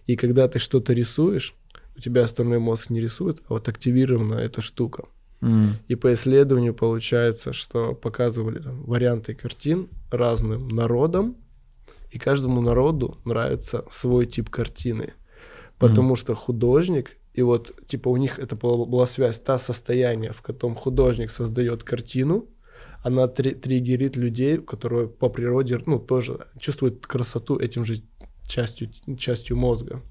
И когда ты что-то рисуешь, у тебя остальной мозг не рисует, а вот активирована эта штука. М. И по исследованию получается, что показывали там варианты картин разным народам, и каждому народу нравится свой тип картины. Потому что художник, и вот типа у них это была, была связь, та состояние, в котором художник создает картину, она три- триггерит людей, которые по природе, ну, тоже чувствуют красоту этим же частью, частью мозга.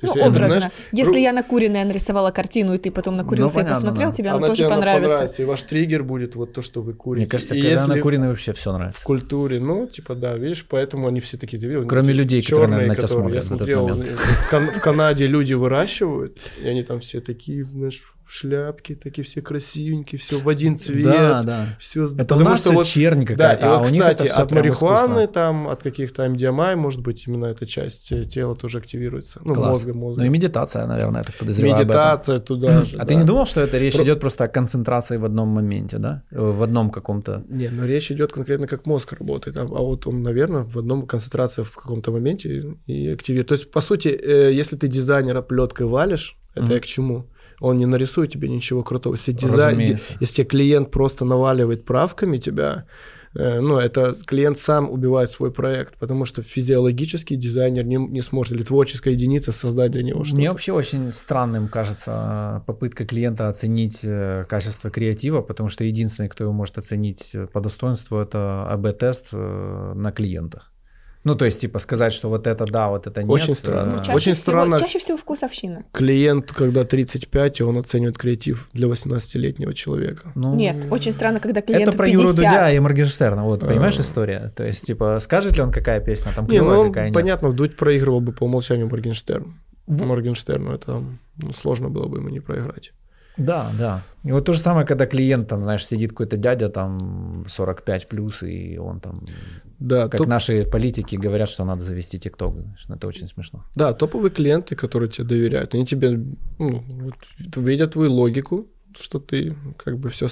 То Ну, есть, это, образно. знаешь, Если ру- Ну, я накуренная нарисовала картину, и ты потом накурился и понятно, посмотрел, да. тебе она она тоже тебе А она понравится. понравится, И ваш триггер будет вот то, что вы курите. Мне кажется, И когда если накурены, вообще все в нравится. культуре, ну, типа, да, видишь, поэтому они все такие, ты видел, Кроме эти людей, которые, чёрные, наверное, на тебя которые, смотрят в Я этот смотрел, э, момент. в, Кан- в Канаде люди выращивают, и они там все такие, знаешь, в шляпке, такие все красивенькие, все в один цвет. Да, да. Всё, Это у потому нас что всё вот- чернь да, какая-то, и вот, а у них это кстати, всё от прям марихуаны, искусство. там, от каких-то MDMA, может быть, именно эта часть э, тела тоже активируется. Ну, Класс. мозга, мозга. Ну и медитация, наверное, я так подозреваю об этом. Медитация туда же. А ты не да. думал, что это речь Про- идет просто о концентрации в одном моменте, да? Э, В одном каком-то. Не, ну речь идет конкретно, как мозг работает. А, а вот он, наверное, в одном концентрация в каком-то моменте и активирует. То есть, по сути, э, если ты дизайнера плеткой валишь, это Мгм. я к чему? Он не нарисует тебе ничего крутого. Если, дизайн, ди- Разумеется. если тебе клиент просто наваливает правками тебя, э, ну, это клиент сам убивает свой проект, потому что физиологически дизайнер не, не сможет, или творческая единица создать для него что-то. Мне вообще очень странным кажется а, попытка клиента оценить э, качество креатива, потому что единственный, кто его может оценить э, по достоинству, это АБ-тест э, на клиентах. Ну, то есть, типа, сказать, что вот это да, вот это нет. Очень э, странно. Ну, Чаще Очень всего- странно. Чаще всего вкусовщина. Клиент, когда 35, и он оценивает креатив для 18-летнего человека. ну, Нет, очень странно, когда клиенту это про 50. Юру Дудя и Моргенштерна, вот, понимаешь, А. история? То есть, типа, скажет ли он, какая песня там Не, клевая, ну, какая нет? понятно, Дудь проигрывал бы по умолчанию Моргенштерн. В- Моргенштерну это ну, сложно было бы ему не проиграть. Да, да. И вот то же самое, когда клиент, там, знаешь, сидит какой-то дядя, там, 45 плюс, и он там, Да, как топ- наши политики говорят, что надо завести ТикТок, знаешь, ну, это очень смешно. да, топовые клиенты, которые тебе доверяют, они тебе ну, вот видят твою логику, что ты как бы все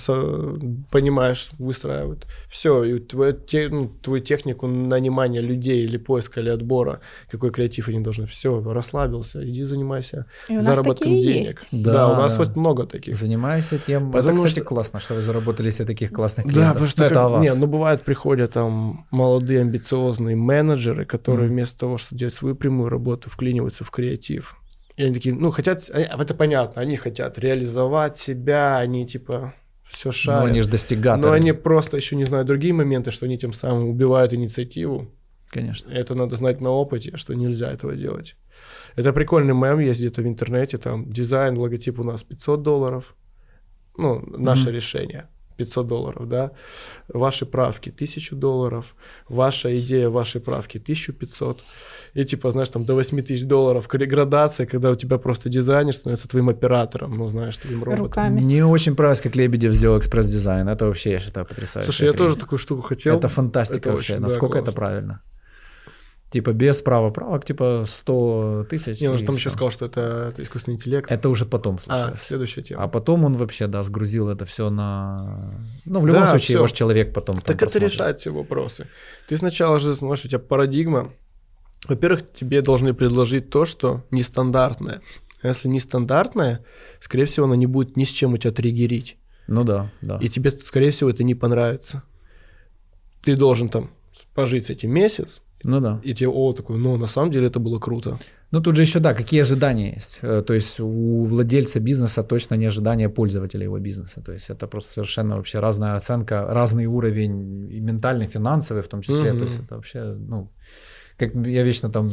понимаешь, выстраивают. Все, и твою, те- ну, твою технику нанимания людей или поиска, или отбора, какой креатив они должны. Все, расслабился, иди занимайся И у нас заработком такие денег. есть. Да, Да, у нас да. вот много таких. Занимаюсь тем. Потому это, кстати, что- классно, что вы заработали себе таких классных клиентов. Да, потому что Ну, это как- о вас. не, ну бывает приходят там молодые амбициозные менеджеры, которые Мгм. вместо того, что делать свою прямую работу, вклиниваются в креатив. И они такие, ну хотят, они- а это понятно, они хотят реализовать себя, они типа все Но шарят. они же достигаторы. Но они просто еще не знают другие моменты, что они тем самым убивают инициативу. Конечно. Это надо знать на опыте, что нельзя этого делать. Это прикольный мем, есть где-то в интернете, там дизайн, логотип у нас 500 долларов. Ну, наше Мгм. решение. 500 долларов, да, ваши правки 1000 долларов, ваша идея вашей правки 1500, и типа, знаешь, там до 8000 долларов кре- градация, когда у тебя просто дизайнер становится твоим оператором, ну, знаешь, твоим роботом. руками. Мне очень понравилось, как Лебедев сделал экспресс-дизайн. Это вообще, я считаю, потрясающе. Слушай, я тоже такую штуку хотел. Это фантастика Это вообще, очень, да, насколько это классно. правильно. правильно. Типа без права правок, типа 100 тысяч. Не, он же и там еще всё. сказал, что это, это искусственный интеллект. Это уже а, потом случилось. следующая тема. А потом он вообще, да, сгрузил это все на... Ну, в любом Да, случае, всё. ваш человек потом там Так это просмотрит. решает все вопросы. Ты сначала же смотришь, у тебя парадигма. Во-первых, тебе должны предложить то, что нестандартное. А Если нестандартное, скорее всего, оно не будет ни с чем у тебя триггерить. Ну да, да. И тебе, скорее всего, это не понравится. Ты должен там пожить с этим месяц, Ну да. и тебе, о, такой, ну, на самом деле это было круто. Ну тут же еще, да, какие ожидания есть. Э, То есть у владельца бизнеса точно не ожидания пользователя его бизнеса. То есть это просто совершенно вообще разная оценка, разный уровень и ментальный, финансовый в том числе. Мгм. То есть это вообще, ну, как я вечно там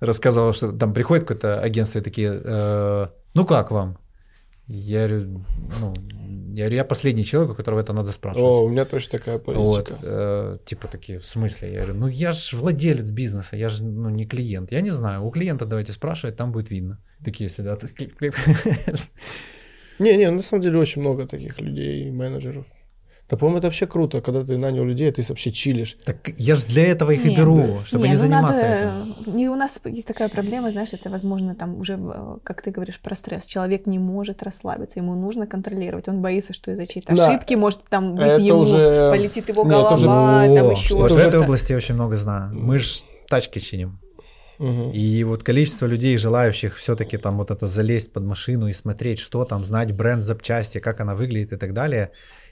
рассказывал, что там приходит какое-то агентство и такие, «Э, ну как вам? Я говорю, ну, я, говорю, я последний человек, у которого это надо спрашивать. О, у меня точно такая политика. Вот, э, типа такие, в смысле? Я говорю, ну я же владелец бизнеса, я же ну, не клиент. Я не знаю, у клиента давайте спрашивать, там будет видно. Такие сидят. клик, клик. Не-не, на самом деле очень много таких людей, менеджеров. Да, по-моему, это вообще круто, когда ты нанял людей, а ты вообще чилишь. Так я же для этого их и Не, беру, чтобы Не, не ну заниматься надо, этим. э, Не, у нас есть такая проблема, знаешь, это, возможно, там уже, э, как ты говоришь, про стресс. Человек не может расслабиться, ему нужно контролировать. Он боится, что из-за чьей-то Да. ошибки может там быть Это ему, уже- полетит его Не, это голова, уже- а, там О, еще Вот в уже- этой что-то. области я очень много знаю. Мы же тачки чиним. Мгм. И вот количество людей, желающих все-таки там вот это залезть под машину и смотреть, что там, знать бренд запчасти, как она выглядит и так далее.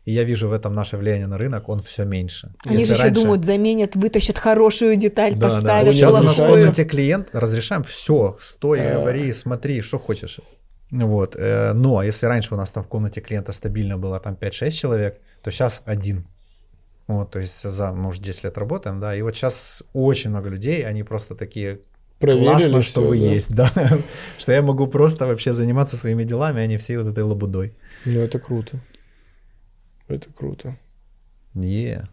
И я вижу в этом наше влияние на рынок, он все меньше. Они Если же еще раньше- думают, заменят, вытащат хорошую деталь, Да, да. поставят Сейчас у нас плохую. полностью тебе клиент, разрешаем все, стой, Да. говори, смотри, что хочешь. Вот. э, Но если раньше у нас там в комнате клиента стабильно было там 5-6 человек, то сейчас один. Вот, то есть за, мы уже 10 лет работаем, да, и вот сейчас очень много людей, они просто такие, Проверили классно, всё, что вы да? есть, да, что я могу просто вообще заниматься своими делами, а не всей вот этой лабудой. Ну, это круто. Это круто. Е.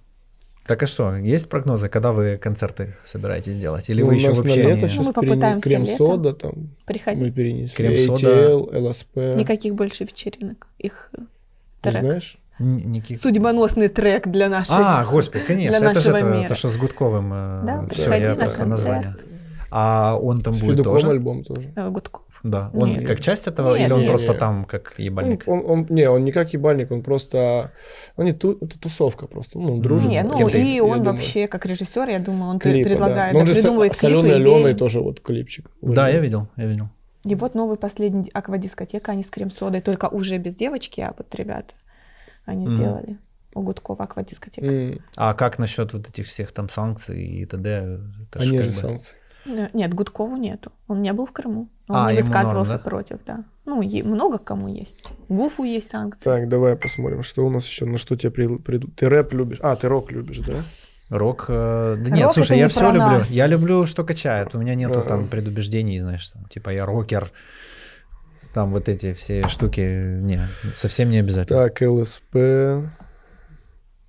Так а что, есть прогнозы, когда вы концерты собираетесь делать? Или Ну, вы у еще нас вообще на лето не- щас Мы перене- попытаемся крем-сода там. Приходи. Мы перенесли. Крем-сода. ATL, LSP. Никаких больше вечеринок. Их э, Ты трек. знаешь? Н- никаких- Судьбоносный трек для нашей. А, господи, конечно, для это же нашего это, мира. то, что с Гудковым. э, Да, всё, приходи я на просто концерт. название. А он там С будет Федуком тоже? альбом тоже. э, Гудков. Да, он Нет. как часть этого, Нет, или он нет, просто нет. там как ебальник? Он, он- не, он не как ебальник, он просто... Он не ту- это тусовка просто. Ну, он дружит. Не, Мгм. ну Кем-то, и я он думаю. вообще, как режиссер, я думаю, он пер- Клипы, да. предлагает, Но он же с- придумывает с клипы, Аленой Аленой идеи. тоже вот клипчик. Да, я видел, я видел. И вот новый последний аквадискотека, они с крем-содой, только уже без девочки, а вот ребята, они Мгм. сделали у Гудкова аквадискотека. М, А как насчет вот этих всех там санкций и т.д.? Это ж Они как же бы- санкции. Э, Нет, Гудкову нету, он не был в Крыму, он А, не ему норм, высказывался да? против, да. Ну, е- много кому есть. Гуфу есть санкции. Так, давай посмотрим, что у нас еще, на что тебе... пред- пред- Ты рэп любишь? А, ты рок любишь, да? Рок. э, Да Рок нет, это слушай, не я все про люблю. нас. Я люблю, что качает. У меня нету Ага. там предубеждений, знаешь, там, типа я рокер. Там вот эти все штуки. Не, совсем не обязательно. Так, ЛСП,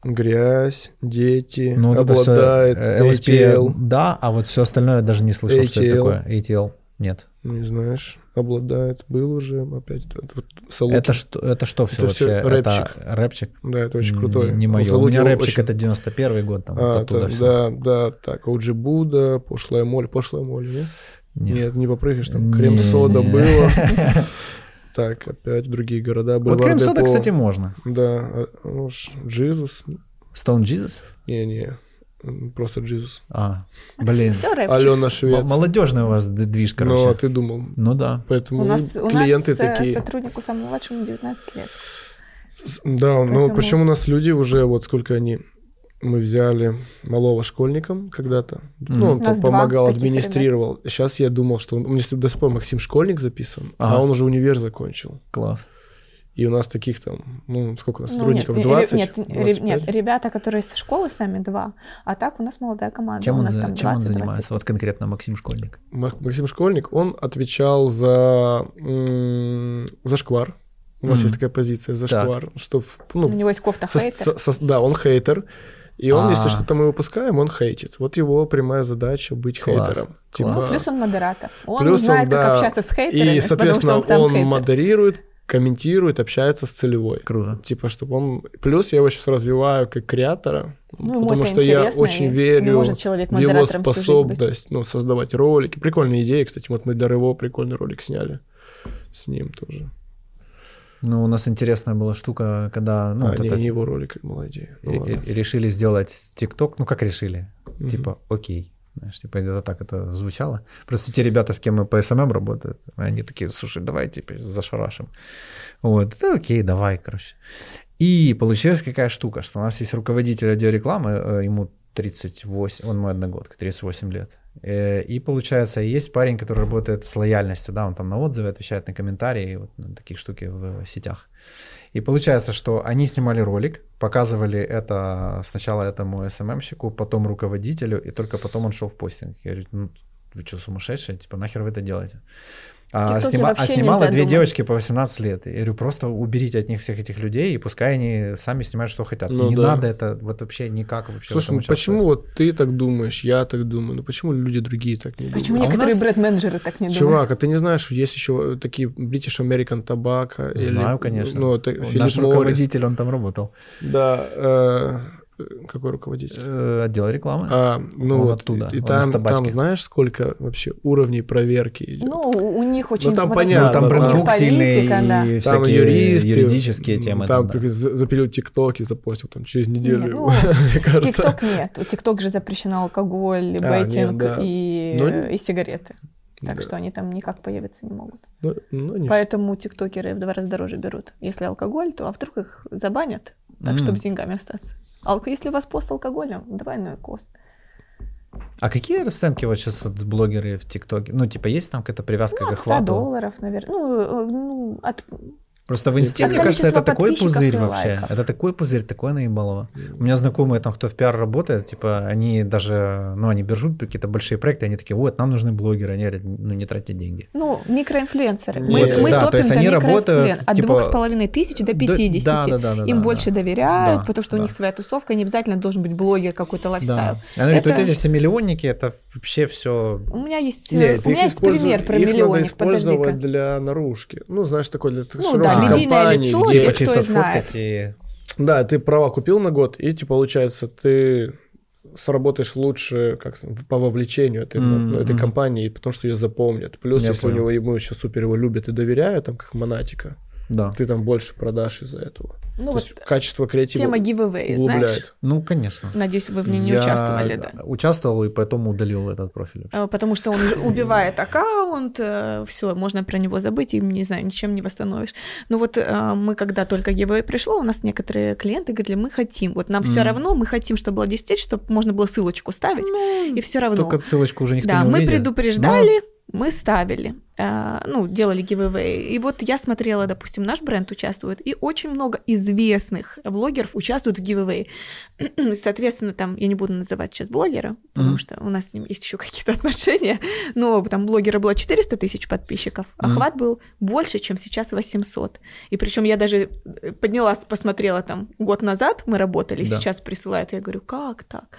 грязь, дети, Ну, вот это всё, Э, обладает, э, LSP, ATL. да, а вот все остальное я даже не слышал, что это ATL. такое. ATL, нет. Ну, Не знаешь, обладает, был уже, опять это вот Салуки. Это что, это что все Это вообще? всё рэпчик. Это рэпчик? Да, это очень М, крутой. Не мое. У Салуки меня рэпчик очень- это 91 год, там, А, вот оттуда да, всё. да, да, так, Оджи Буда, пошлая моль, пошлая моль, нет? Не. Нет, не попрыгаешь, там Не, крем-сода не. было. Так, опять другие города. Вот Бульвар крем сода, Депо. кстати, можно. Да, а, ну ж, Джизус. Stone Jesus? Не-не, м, просто Джизус. А, Это блин. все рэпчик. Алена М- Швец. Молодежный у вас д- движ, короче. Но а ты думал, Ну да. Поэтому У нас, у клиенты нас э, такие. сотруднику самому младшему 19 лет. С- Да, ну Поэтому- причем у нас люди уже, вот сколько они, мы взяли малого школьником когда-то, Мгм. ну он У там нас два помогал, таких администрировал. Сейчас я думал, что он, у меня с ДСП Максим школьник записан, а Ага. он уже универ закончил. Класс. И у нас таких там, ну сколько у нас Ну, сотрудников, нет, ре- 20? Нет, ре- 25? нет, ребята, которые со школы с нами два, а так у нас молодая команда. Чем А, ну, у он, нас за- там чем он 20-25. занимается? Вот конкретно Максим Школьник. Мак- Максим школьник, он отвечал за м, зашквар, У нас Мгм. есть такая позиция зашквар, что в- ну, У него есть кофта со- хейтер. со- со- да, он хейтер. И он, если А. что-то мы выпускаем, он хейтит. Вот его прямая задача быть Класс, хейтером. класс. Ну, Типа, плюс он модератор. Он Плюс он, знает, как да, общаться с хейтерами, и, соответственно, потому что он сам он, хейтер. модерирует, комментирует, общается с целевой. Круто. Типа, чтобы он... Плюс я его сейчас развиваю как креатора, Ну, ему потому это что я интересно, и очень не верю может человек в его модератором всю жизнь быть. способность ну, создавать ролики. Прикольные идеи, кстати. Вот мы Дарево прикольный ролик сняли с ним тоже. Ну, у нас интересная была штука, когда ну, а, вот не, это- не его ролик, была идея. Ну, и- ладно. и решили сделать ТикТок. Ну, как решили? Мгм. Типа, окей. Знаешь, типа, это так это звучало. Просто те ребята, с кем мы по СММ работают, они такие, слушай, давай, типа, зашарашим. Вот, да, окей, давай, короче. И получилась какая штука, что у нас есть руководитель радиорекламы, э, ему 38, он мой одногодка, 38 лет. Э, И получается, есть парень, который работает с лояльностью, да, он там на отзывы отвечает, на комментарии, вот на такие штуки в сетях. И получается, что они снимали ролик, показывали это сначала этому СММщику, потом руководителю, и только потом он шел в постинг. Я говорю, ну, вы что, сумасшедшие? Типа, нахер вы это делаете? А, ТикТоке снима- а вообще снимала нельзя две думать. девочки по 18 лет. Я говорю, просто уберите от них всех этих людей, и пускай они сами снимают, что хотят. Ну не да. надо это вот вообще никак вообще. в Слушай, этом ну почему участвовать. вот ты так думаешь, я так думаю? Ну почему люди другие так не думают? Почему А у некоторые нас- бренд-менеджеры так не думают? Чувак, а ты не знаешь, есть еще такие British American Tobacco. или, Знаю, конечно. Ну, это Вот Филипп Моррис. Наш руководитель, он там работал. Да. э, э, какой руководитель? Э, Отдел рекламы. А, ну он вот, оттуда, И, и он из там, табачки. там знаешь, сколько вообще уровней проверки идет? Ну, у у них очень... там вот Ну, понятно, эта там да. брендбук сильный политика, да. там и всякие юристы, юридические темы. Там, да. как за- запилил ТикТок и запостил там через неделю. Нет, ну, Мне кажется. Тикток нет. У Тикток же запрещен алкоголь, А, нет, бейтинг да. и, Ну, и сигареты. Так Да. что они там никак появиться не могут. Ну, ну, не Поэтому тиктокеры в два раза дороже берут. Если алкоголь, то а вдруг их забанят, так, М. чтобы с деньгами остаться. Алко- Если у вас пост с алкоголем, двойной кост. А какие расценки вот сейчас вот блогеры в ТикТоке? Ну, типа, есть там какая-то привязка к От 100 охвату? Ну, долларов, наверное. Ну, э, ну, от... Просто в инсте, От мне кажется, это количества такой подписчиков пузырь и вообще. лайков. Это такой пузырь, такое наебалово. всё. У меня знакомые там, кто в пиар работает, типа, они даже, ну, они бежут какие-то большие проекты, они такие, вот, нам нужны блогеры, они говорят, ну, не тратьте деньги. Ну, микроинфлюенсеры. Нет, мы мы да, то топим есть за они микроинфлюен- работают, От типа, двух с половиной тысяч до 50. Да, да, да, да, Им да, больше да. доверяют, Да, потому что да. у них своя тусовка, не обязательно должен быть блогер какой-то лайфстайл. Да. Она говорит, Это- вот эти все миллионники, это вообще все... У меня есть, э, Нет, у меня их есть используют- пример про их надо миллионник, использовать подожди-ка. для наружки. Ну, знаешь, такой для Ну широкой да, компании. медийное лицо, где- типа, Типа кто чисто и знает. сфоткать и... Да, ты права купил на год, и типа, получается, ты сработаешь лучше как, с- в- по вовлечению этой, ну, этой Мгм. компании, потому что ее запомнят. Плюс, М-м-м. Я если понял. у него ему еще супер его любят и доверяют, там, как Монатика, Да. ты там больше продашь из-за этого. Ну То вот есть типа, качество креатива тема giveaway, знаешь. углубляет. Ну, конечно. Надеюсь, вы в ней не Я участвовали, да. Участвовал и потом удалил этот профиль. вообще. Э, Потому что он же убивает аккаунт, все, можно про него забыть, и, не знаю, ничем не восстановишь. Ну вот э, мы, когда только giveaway пришло, у нас некоторые клиенты говорили, мы хотим, вот нам все Мгм. равно, мы хотим, чтобы было 10 тысяч, чтобы можно было ссылочку ставить, и все равно. Ну, Только ссылочку уже никто А, ну, Да, не мы увидит. предупреждали, мы ставили, а, ну, делали giveaway. И вот я смотрела, допустим, наш бренд участвует, и очень много известных блогеров участвуют в giveaway. Соответственно, там, я не буду называть сейчас блогера, потому Мгм. что у нас с ним есть еще какие-то отношения, но там блогера было 400 тысяч подписчиков, а Мгм. охват был больше, чем сейчас 800. И причем я даже э, подняла, посмотрела там год назад мы работали, Да. сейчас присылают. Я говорю, как так?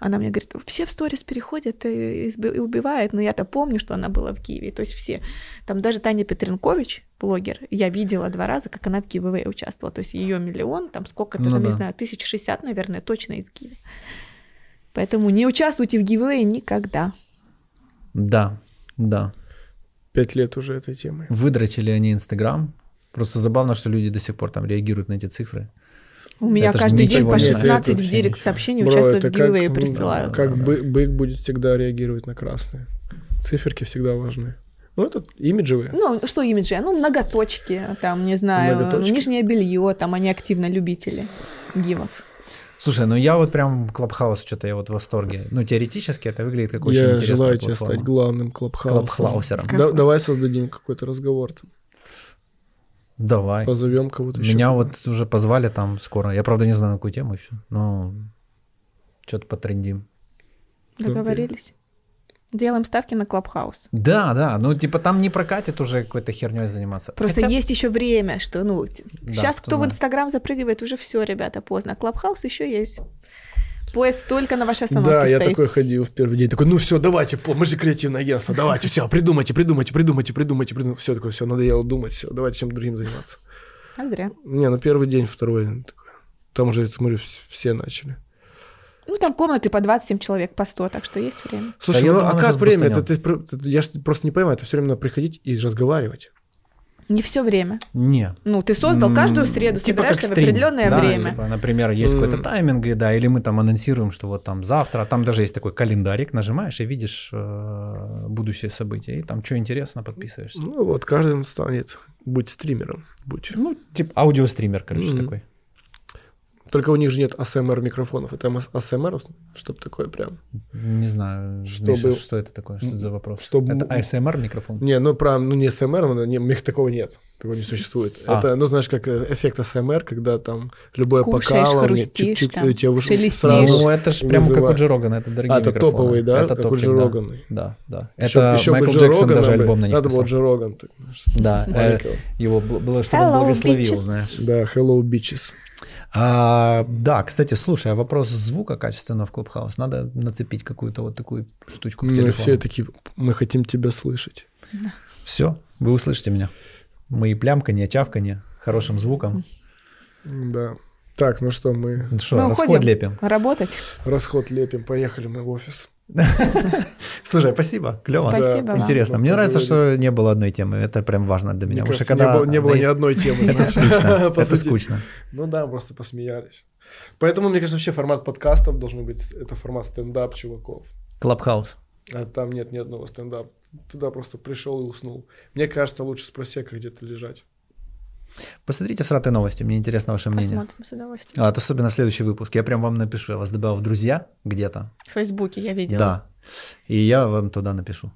Она мне говорит, все в сторис переходят и, изби- и убивают, но я-то помню, что она была в Киеве, то есть все. Там даже Таня Петренкович, блогер, я видела два раза, как она в Киеве участвовала, то есть ее миллион, там сколько-то, Ну там, не да. знаю, тысяч шестьдесят, наверное, точно из Киева. Поэтому не участвуйте в гивэе никогда. Да, да. Пять лет уже этой темы. Выдрочили они Инстаграм. Просто забавно, что люди до сих пор там реагируют на эти цифры. У меня Это ж каждый день ничего по не ответит 16 в вообще директ ничего. сообщений Бро, участвуют в это как, гивэе ну, присылают. Как бы, бык будет всегда реагировать на красные. Циферки всегда важны. Ну, это имиджевые. Ну, что имиджи? Ну, многоточки, там, не знаю, Многоточки. нижнее белье, там они активно любители гивов. Слушай, ну я вот прям Клабхаус, что-то я вот в восторге. Ну, теоретически это выглядит как очень Я интересная желаю тебе платформа. стать главным клабхаусом. Клабхаусером. Как Да- он? давай создадим какой-то разговор. там. Давай. Позовем кого-то еще. Меня вот уже позвали там скоро. Я, правда, не знаю, на какую тему еще, но что-то потрендим. Окей. Договорились. Делаем ставки на Клабхаус. Да, да, ну типа там не прокатит уже какой-то херней заниматься. Просто Хотя- есть еще время, что, ну, Да, сейчас кто в знает. Инстаграм запрыгивает, уже все, ребята, поздно. Клабхаус еще есть. Поезд только на вашей остановке Да, я стоит. такой ходил в первый день, такой, ну все, давайте, по- мы же креативное агентство, давайте, все, придумайте, придумайте, придумайте, придумайте, придумайте. Все, такое, все, надоело думать, все, давайте чем другим заниматься. А зря. Не, на первый день, второй, такой, там уже, смотрю, вс- все начали. Ну, там комнаты по 27 человек, по 100, так что есть время. Слушай, я ну, думаю, а мы как сейчас время? Это, бастанем. ты про- это- я ж просто не понимаю, это все время надо приходить и разговаривать. Не все время. Не. Ну, ты создал каждую М, среду, типа как собираешься в стрим, определенное да, время. типа, например, есть М. какой-то тайминг, и да, или мы там анонсируем, что вот там завтра, а там даже есть такой календарик, нажимаешь и видишь э, будущее событие, и там что интересно, подписываешься. Ну вот, каждый станет, будь стримером, будь. Ну, типа аудиостример, короче, М. такой. Только у них же нет ASMR микрофонов, это эм ASMR, чтобы такое прям. Не знаю, Чтобы- Миша, что это такое, что это за вопрос? чтобы- Это ASMR микрофон? Не, ну прям, ну не ASMR, но не, у них такого нет, такого не существует. А. Это, ну знаешь, как э, эффект ASMR, когда там любое Кушаешь, покалывание, хрустишь чик-чик, там, и тебе уж шелестишь. сразу... Ну, это же не прям как у вызывает. Джо Рогана, это дорогие А, это микрофоны. топовый, да? Это как у топчик, Джо да. Рогана. Да, да. Ещё- Это ещё бы Майкл Джо Джексон Рогана даже бы- альбом на них Надо было писал. Джо Роган. так, знаешь, Да, э, маленького. его бл- было, чтобы он Hello, благословил, bitches. знаешь. Да, Hello Bitches. А, да, кстати, слушай, а вопрос звука качественного в Клубхаус, надо нацепить какую-то вот такую штучку к Ну, телефону. все такие, мы хотим тебя слышать. Всё, вы услышите меня. Мои плямканья, чавканья, хорошим звуком. Да. Так, ну что, мы Ну что, Мы расход уходим. лепим. Работать. расход лепим, поехали мы в офис. Слушай, спасибо, клево. Спасибо вам. Интересно. Мне нравится, поговорили. что не было одной темы. Это прям важно Мне для меня. Потому кажется, что когда не было, не было ни есть- одной темы. Это знаешь. скучно. По Это сути. скучно. Ну да, просто посмеялись. Поэтому, мне кажется, вообще формат подкастов должен быть, это формат стендап чуваков. Клабхаус. А там нет ни одного стендап. Туда просто пришел и уснул. Мне кажется, лучше с просека где-то лежать. Посмотрите всратые новости. Мне интересно ваше мнение. Посмотрим с удовольствием. А, вот особенно следующий выпуск. Я прям вам напишу. Я вас добавил в друзья где-то. В Фейсбуке я видела. Да. И я вам туда напишу.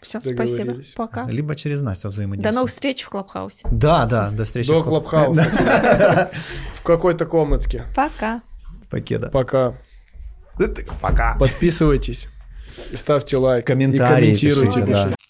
Все, Договорились. спасибо. Пока. Либо через До Настю взаимодействуем. новых встреч в Клабхаусе. Да, да, до встречи. До в клуб- клабхауса. В какой-то комнатке. Пока. Покеда. Пока. Пока. Подписывайтесь. И ставьте лайк. и Комментарии комментируйте. пишите, да.